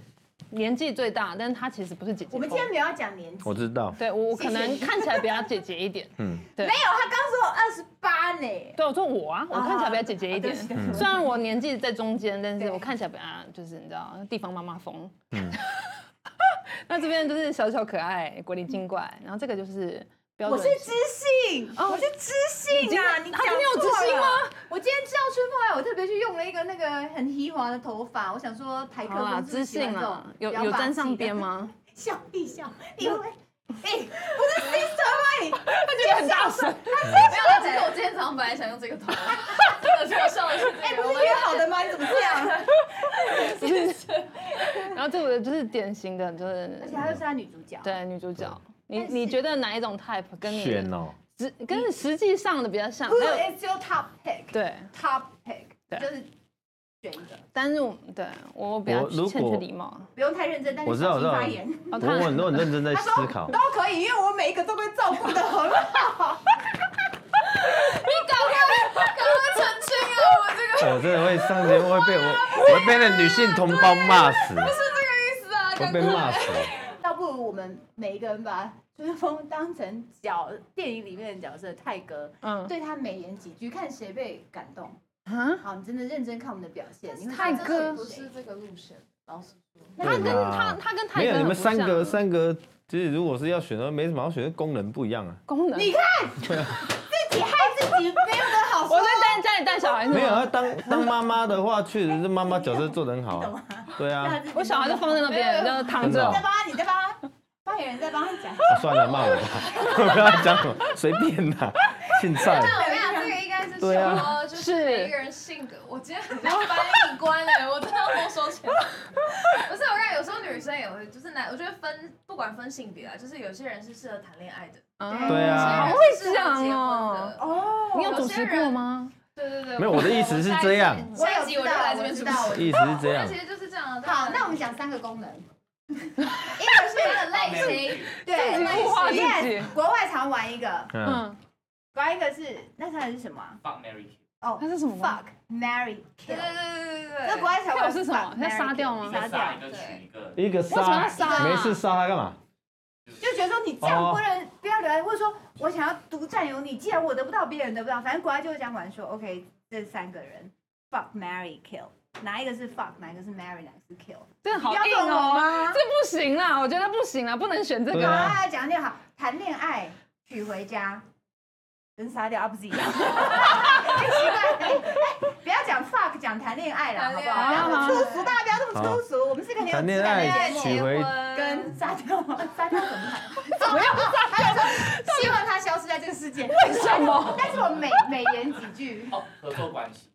年纪最大，但是他其实不是姐姐。我们今天没有要讲年纪，我知道，对我我可谢谢能你看起来比较姐姐一点，嗯，对没有，他哎刚说二十八呢。对，我说我啊，我看起来比较姐姐一点啊对不起对嗯不。起虽然我年纪在中间，但是对我看起来比较就是你知道地方妈妈风。嗯 那这边就是小小可爱、国灵精怪，然后这个就是标我准是。知性，我是知性啊！你他今天有知性吗？我今天知道春风来，我特别去用了一个那个很稀滑的头发，我想说台客好啦，风是不知是喜欢性啊这啦种，有比较有霸沾上气的边？吗？ 笑一笑，你会。哎、不是 sister 吗？你他觉得很大声，没有啦，其实我今天早上本来想用这个头，真的是我笑的 是哎、这不个。是约好的吗？你怎么这样？然后这个就是典型的，就是而且她又是他女主角，，对女主角。你但是你觉得哪一种 type 跟你选哦，实跟实际上的比较像？还有，Who is your top pick？对， ，top pick 对就是选一个，但是我对我比较我如欠缺果礼貌。不用太认真，但我是知道小心我知道发言。哦我他很多很认真在他思说考都，可以，因为我每一个都会照顾的很好。 我真呃的会上天会被我我会被那女性同胞骂死，我被骂死，倒不如我们每一个人把春风当成角电影里面的角色泰哥，嗯对他美言几句，看谁被感动。啊，好，你真的认真看我们的表现，你会泰知道这哥是不谁是这个路线，老师他跟对啦啊他他跟泰没哥有，你很们不像三个三个，其实如果是要选的话，没什么好选，功能不一样啊。功能。你看，自己害自己，没有人好我说。在家家里带小孩是吗 没有，啊，当当妈妈的话，确实是妈妈角色做得很好 啊。对啊，我小孩就放在那边，没就有躺真的着哦。在帮他，你在帮他，发言人在帮他讲。啊算了， 骂我吧，我不要讲什么，随便啦，现在 但我跟你讲，这个应该是啊对啊说，就是每一是个人性格，我今天很像翻译官哎、我真的要多收钱。不是，我看有时候女生也会，就是男，我觉得分不管分性别啊，就是有些人是适合谈恋爱的，对啊好好会讲哦。哦，你有主持过吗？对对对，没有我的意思是这样我下一集我就来这边主持。意思是这那样其。实就是这样啊。好，那我们讲三个功能，一个是 它的类型，对，自己物化自己 Yes，国外常玩一个，嗯，嗯，国外一个是那它是什么啊放 Mary Q，哦它是什么鬼，fuck marry 对 kill，对对对对那对国。外常玩 kill 是什么 fuck, marry, 要杀掉吗 kill，再杀杀掉一。个对娶一个，一个为什么要杀，杀没啊？事杀他干嘛？就觉得说你这样不能不要留在，或者说我想要独占有你，既然我得不到，别人得不到，反正国外就会这样玩说，OK，这三个人 fuck marry kill，哪一个是 fuck，哪一个是 marry，哪个是 kill，真的好不要硬弄我哦，吗这？不行啦，我觉得不行啦，不能选这对个。啊啊，讲得好，谈恋爱娶回家，人杀掉啊，不是一样？ 奇怪，哎哎不要讲 fuck，讲谈恋爱啦，好谈不恋啊爱好？不要这么粗俗，大家不要这么好粗俗，我们是个很有谈恋质感的爱节目娶回跟杀掉吗？杀掉怎么喊？不要杀掉！说希望他消失在这个世界。什么？但是我每每言几句，哦，合作关系，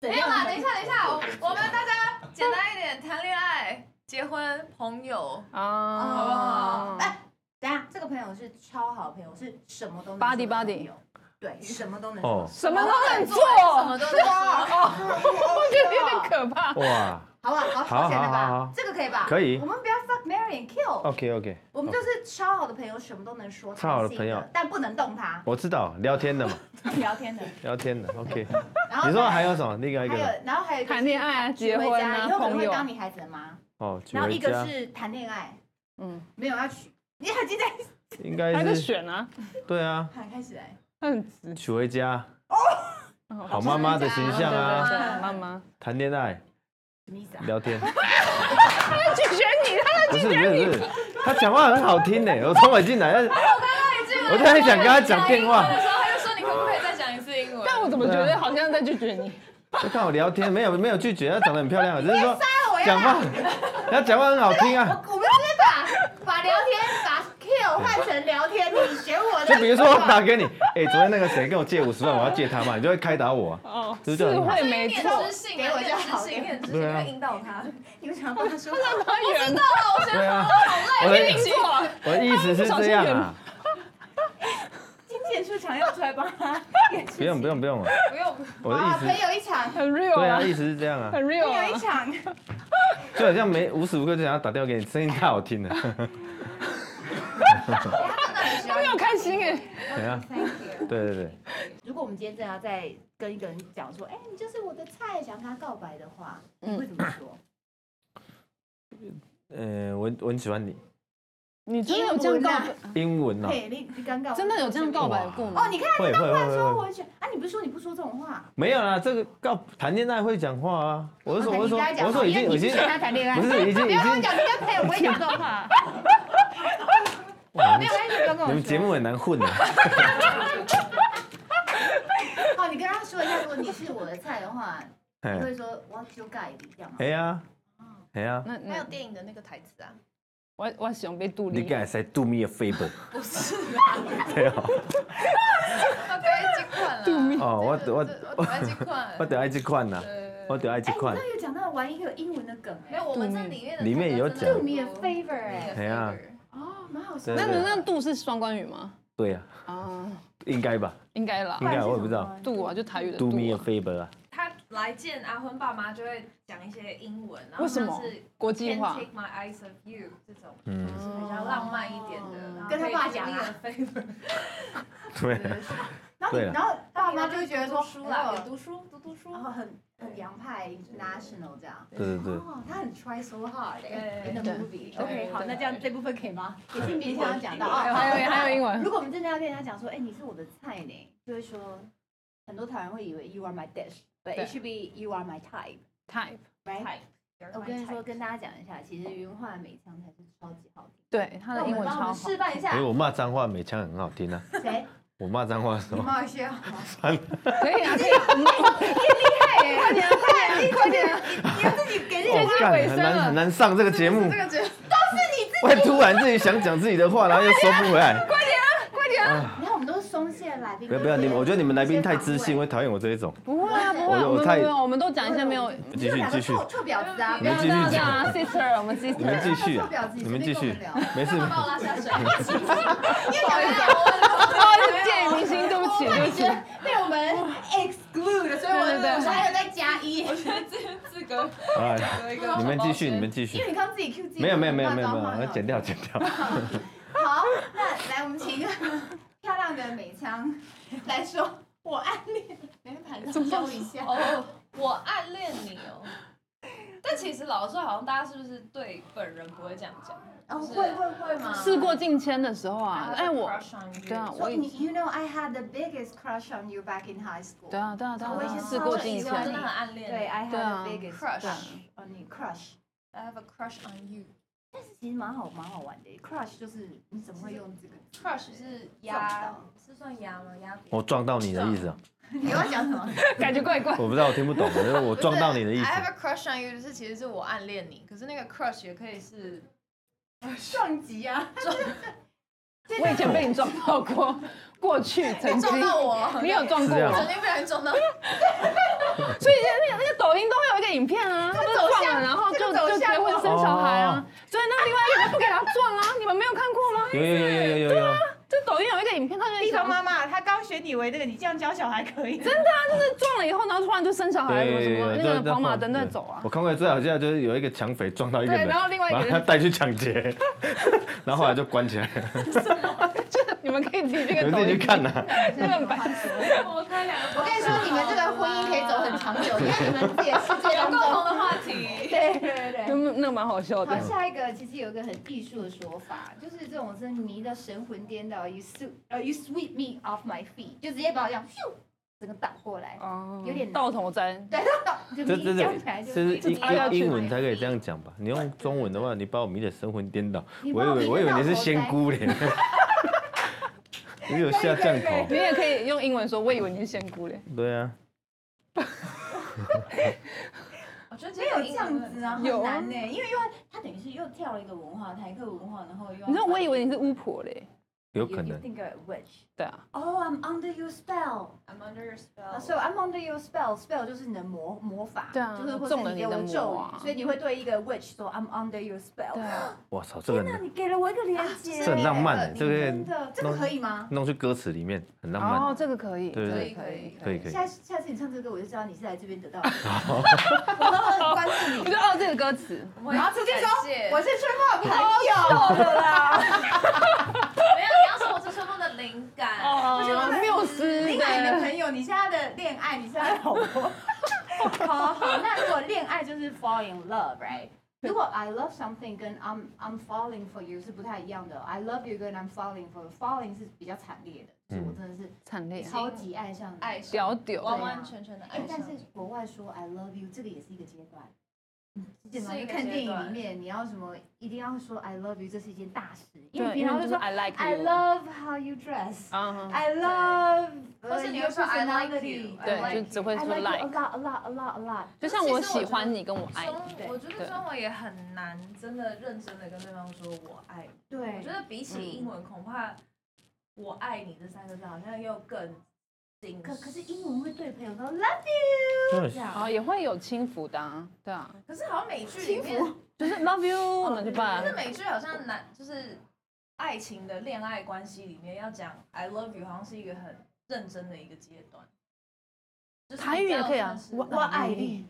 没有啦，等一下，等一下，我我们大家简单一点，谈恋爱、结婚、朋友，好不啊好？哎，等一下，这个朋友是超好朋友，是什么都能 Buddy 说的 buddy 朋友对，什么都能哦说。什么都能做，什么都能哇说。我觉得有点可怕。哇好不好？好，好好简单好好好吧？这个可以吧？可以我们不要 fuck marry and kill， ，OK OK，我们就是超好的朋友，什么都能说。超好的朋友谈心但不能动他，我知道聊天的嘛，聊天的。聊天的 OK。然后你说还有什么？另还外一个呢有，然后还有一个是谈恋爱啊娶结回婚家啊以后可能朋会友当你孩子的妈。哦，娶然后回一个家是谈恋爱，嗯，没有要娶。你还记得？应还该在是选啊，对啊，还开始哎，他很直。娶回家，哦好妈妈的形对对象啊，对对妈妈。谈恋爱什么意思啊？聊天，他拒绝你，他不是不是不是，他讲话很好听呢，我从我进哎来，我在想跟他讲电话的时候，他就说你可不可以再讲一次英文？但我怎么啊觉得好像在拒绝你？就看我聊天，没有没有拒绝，她长得很漂亮，只是说我要讲话， 她讲话很好听我啊，我们是把把聊天把 kill 换成聊天，你学我的。就比如说我打给你，哎，昨天那个谁跟我借五十万，我要借他嘛，你就会开导我啊，哦，就是是这样会没念错，知性，给我就念好知性，念知对性啊会引导他。 你们想帮他说话，他远到对啊，我我听的错，我的意思是这样啊，经纪出场要出来帮他。不用不用不用啊，不用，我的啊，意朋思。友一场，很 real 对啊啊，，意思是这样啊，很朋 real 友一啊。场。就好像没无时无刻就想要打电话给你，声音太好听了。 他没有开心哎，怎样？ Thank you。对对对，如果我们今天真的要再跟一个人讲说，哎、你就是我的菜，想跟他告白的话，嗯你会怎么说？呃，我我很喜欢你。你真的有这样告白？英文啊，嘿，你你尴尬，真的有这样告白过吗？哦，你看会会他会说会会，我选啊，你不是说你不说这种话？没有啦，这个告谈恋爱会讲话啊。我是说，我哦是说，你跟他讲我是说已经因为已你经不跟他谈恋爱，不是已经不已要跟我经讲，你跟朋友不会讲这种话，哇，没有关系，不要跟我你说。们节目很 难混啊。哦，你跟他说一下，如果你是我的菜的话，你哎会说我要修改一样吗？哎呀，哎哦呀，那那电影的那个台词啊，我我想被杜你丽，敢才 do me a favor？不是对啊， ，OK，这 款啦，哦，我这个我这我爱这款，我得爱这款呐，呃我得爱这哎、款你。那有讲到玩一个英文的梗、没有，我们这里面的里面有讲 Do me a favor，哎哎呀哦，蛮好笑对的。那对那杜是双关语吗？对呀，啊，应该吧？应该啦应。该我也不知道。杜啊，就台语的 do 杜 me a 啊， favor 啊，他来见阿昏爸妈就会讲一些英文，然后为什么像是国际 Can't 化 take my eyes off you 这种嗯，哦就是比较浪漫一点的，跟他爸讲啊。对啊，然后你对啊然后爸妈就会觉得 说，书啦，哎有呦哦读书，读读书然。后很很洋派，international 这样。对 对 对。哦，他很 try so hard 哎对，in the 对 movie。对 OK，好，对那对这样这部分可以吗？ 也是勉强讲到还啊。有还有还有英文如果我们真的要跟人家讲说，哎，你是我的菜呢，就会说，很多台湾人会以为 you are my dish，but 对 it should be you are my type。 type， right？ Type 我跟你说，跟大家讲一下，其实云焕美腔才是超级好听。 对，他那的我英们文帮我超们好。示范一下因为， 我骂脏话，美腔很好听啊。 谁？我骂脏话的时你候，冒一些好吗？可以啊，可以啊，我们哎， 快点，快点，快点！你要自己给自己哇近哦干尾啊很声难了很难上 这个 节目，个觉得会突然自己想讲自己的话，然后又收不回来。你看，我们都是松懈的来宾。不要不要，你们我觉得你们来宾太知性，我 会讨厌我这一种。不会会，啊我们太没有，我们都讲一些没有。继续继续臭，臭婊子啊！你们继续对讲啊，sister，我们 sister。你们继续臭婊子，你们继随续便跟我们聊， 没事，把我拉下水，因为我们不好意思，电影明星，对不起， 对不起。被我们 exclude，所以我对对对我们还有在加一。因资格哎，有一个你们继续，你们继续为。你刚自己 Q 自己，没有没有没有没有没怕有，要脏话剪掉剪掉。好，那来我们请一个 漂亮的美腔来说，我暗恋，来盘上教一下。哦，我暗恋你哦。但其实老实说，好像大家是不是对本人不会这样讲？哦，就是会会会吗？事过境迁的时候 I have 啊 a，哎我， crush on you 对啊， So 我以 you you know I had the biggest crush on you back in high school. 对啊对啊对啊我以对啊，前事超过级境喜欢我真迁的。很暗恋。对，I had 对啊 the biggest Crush crush on you. Crush I have a crush on you。其实蛮好蛮好玩的，crush 就是你怎么会用这个 Crush 是撞压到，是算压吗？压扁。我撞到你的 意思啊？你要讲什么？感觉怪怪。我不知道，我听不懂，就是 我撞到你的意不 是。思 I have a crush on you，就是其实是我暗恋你，可是那个 crush 也可以是撞击啊！我以前被你撞到过，过去曾经撞到我，你有撞过啊是这我样，曾经不小心撞到，所以那个那个抖音都会有一个影片啊，他们撞了，然后就这个走就结向婚哦生小孩啊，所以那另外一个人不给他撞啊，你们没有看过吗？有有有有有有有。就抖音有一个影片，他就地想方妈妈，她刚选你为那个，你这样教小孩可以？真的啊，就是撞了以后，然后突然就生小孩，什么什么，对那个跑马灯在走啊我。看过最好笑就是有一个抢匪撞到一个人，对然后另外一个人把他带去抢劫， 然后后来就关 起来，就是你们可以自己去你看们抖自己音去，看呐。那个版我开两个。我跟你说，你们这个婚姻可以走很长久，因为你们自己的世界有当共同中。的话题。 对对对。那那个蛮好笑的哎好，。下一个其实有一个很艺术的说法，就是这种真的迷到神魂颠倒，you s 呃 you sweep me off my feet，就直接把我这样咻整个倒过来，哦有点倒头栽，对， 倒就这迷这讲起来就这是英自己要英去英文才可以这样讲 吧？你用中文的话，你把我迷得神魂颠倒，你我把以我为迷我以得为你是倒头仙栽姑 嘞，你有下降头。 你也可以用英文说，我以为你是仙姑嘞。对啊，我觉得没有这样子啊，有很啊难呢、因为又他等于是又跳了一个文化，台客文化，然后又你知道我以为你是巫婆嘞，有可能 You think a witch? 对啊， Oh, I'm under your spell. I'm under your spell。 So I'm under your spell. Spell 就是你的魔魔法，对啊就是或是中了你给你的我咒魔语啊，所以你会对一个 witch 说 I'm under your spell。对啊，哇操，这个那你给了我一个连接，这很浪漫的，你这真个的，这个可以吗？弄去歌词里面很浪哦漫，，这个可以，对这可个以可以。可以可以。下次下次你唱这个歌，我就知道你是来这边得 到的。我都很关注我 你觉。得哦，这个歌词，然后直接说感谢我是春风的朋友了 啦，没有，你要说我是春风的灵感。哦，缪斯你买你的朋友，你现在的恋爱，你现在的老婆。好好，那如果恋爱就是 fall in love，right？如果 I love something 跟 I'm I'm falling for you 是不太一样的哦。I love you 跟 I'm falling for you，falling 是比较惨烈的，就是我真的是惨烈，超级爱上你。爱上屌屌，完完全全的哎爱，上但是国外说 I love you 这个也是一个阶段，嗯，是是一吗？个看阶电影段里面你要什么，一定要说 I love you，这是一件大事，因为对，平因常为就就说是 I like I you love how you dress。啊， I love，呃或是你会说 I like you，对 I，就 like 只会 I 说呃 like you a like， lot a lot a lot a lot。就像我喜欢你跟我爱你，哎中，我觉得中文也很难，真的认真的跟对方说我爱你。我对觉，得比起英文，恐怕“我爱你”这三个字好像又更精。可可是英文会对朋友说 love you 对这样哦，，也会有轻浮的啊，对啊，可是好像美剧里面，就是 love you，那就吧可， 是美剧好像男就是爱情的恋爱关系里面要讲 “I love you”，好像是一个很认真的一个阶段。就是台语也可以啊比较像是我我爱你，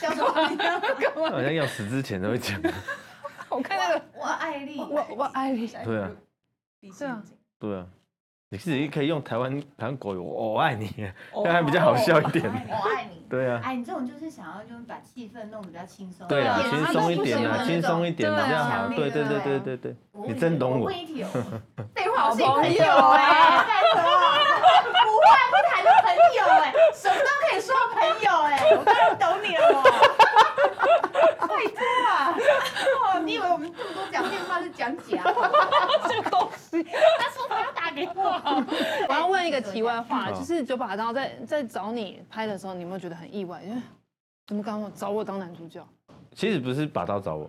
叫什么？好像要死之前都 会讲，我看那个我爱你，我我爱你，对啊，比心经对啊。你自己可以用台湾台湾国语，我我爱你，这 样还比较好笑一哦点。我爱你。 对啊，哎，你这种就是想要就是把气氛弄得比较轻松，对啊，对啊轻松一点他啊，都轻松一点对啊比较好。那个对对对对对对，我问你真懂我我问一题哦，废话，好我是你朋友朋友哎哎，干什么？不坏不谈的朋友哎，什么都可以说朋友哎，我当然懂你了我。拜托啊！哦，你以为我们这么多讲电话是讲假的？这个东西。他说他要打给我。我要问一个题外话，嗯就是九把刀在在找你拍的时候，你有没有觉得很意外？因为怎么刚我找我当男主角？其实不是把刀找我，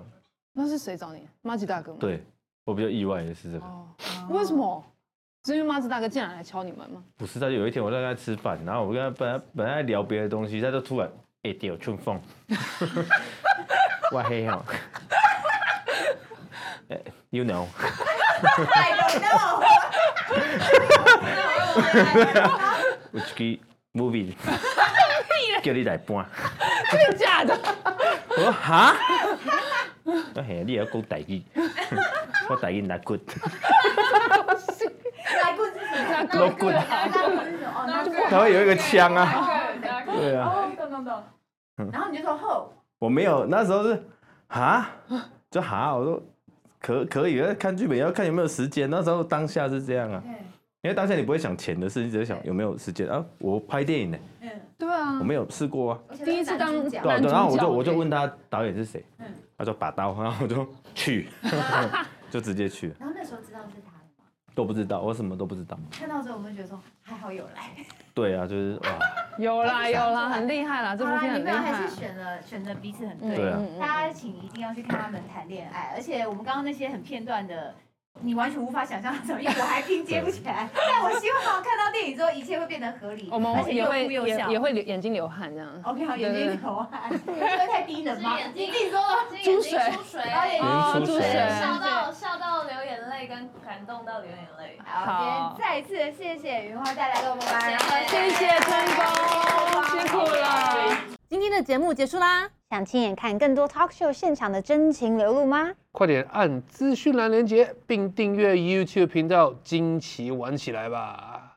那是谁找你？马吉大哥吗？，对我比较意外的是这个，哦，为什么？是因为马子大哥进来来敲你们吗？不是，他就有一天我在跟他吃饭，然后我跟他本来本来在聊别的东西，他就突然哎丢春风， 哇嘿 哈，哎 you know， I don't know， 有一支 movie 叫你来搬，真的假的？我说 哈，我嘿你也要讲台语，我台语拿骨，来棍是什么？拿骨，来棍是什么？哦，那就他会有一个腔啊，哦，对啊。懂懂懂。然后你就说哦后，我没有，啊那时候是哈，就哈，我说可可以，看剧本要看有没有时间。那时候当下是这样啊，因为当下你不会想钱的事，你只是想有没有时间啊。我拍电影呢，对啊我，没有试过啊，第一次当对啊男主对啊。然后我就角我就嗯欸问他导演是谁，他说把刀，然后我就 去，就直接去，然后那时候知道是他了吗？都不知道，我什么都不知道。看到之后我们就觉得说还好有来。对啊，就是哇，有啦有啦，很厉害啦，这部好啦，片你很厉们害还啊是。选了选择彼此很嗯对。对啊嗯嗯大家请一定要去看他们谈恋爱，而且我们刚刚那些很片段的，你完全无法想象什么，因为我还拼接不起来。 但我希望看到电影之后，一切会变得 合理，我而们且也又会哭又也笑。也会流眼睛流汗这样。 OK，好，眼睛 流汗，这个太低能吗？眼你睛自己说吧。眼睛出水，导演哦，出注水水，笑到笑到流眼泪，跟感动到流眼泪。好，今天再一次地谢谢云花带来给我们玩，谢谢春风，辛苦了。今天的节目结束啦，想亲眼看更多 talk show 现场的真情流露吗？快点按资讯栏连接，并订阅 YouTube 频道，惊奇玩起来吧！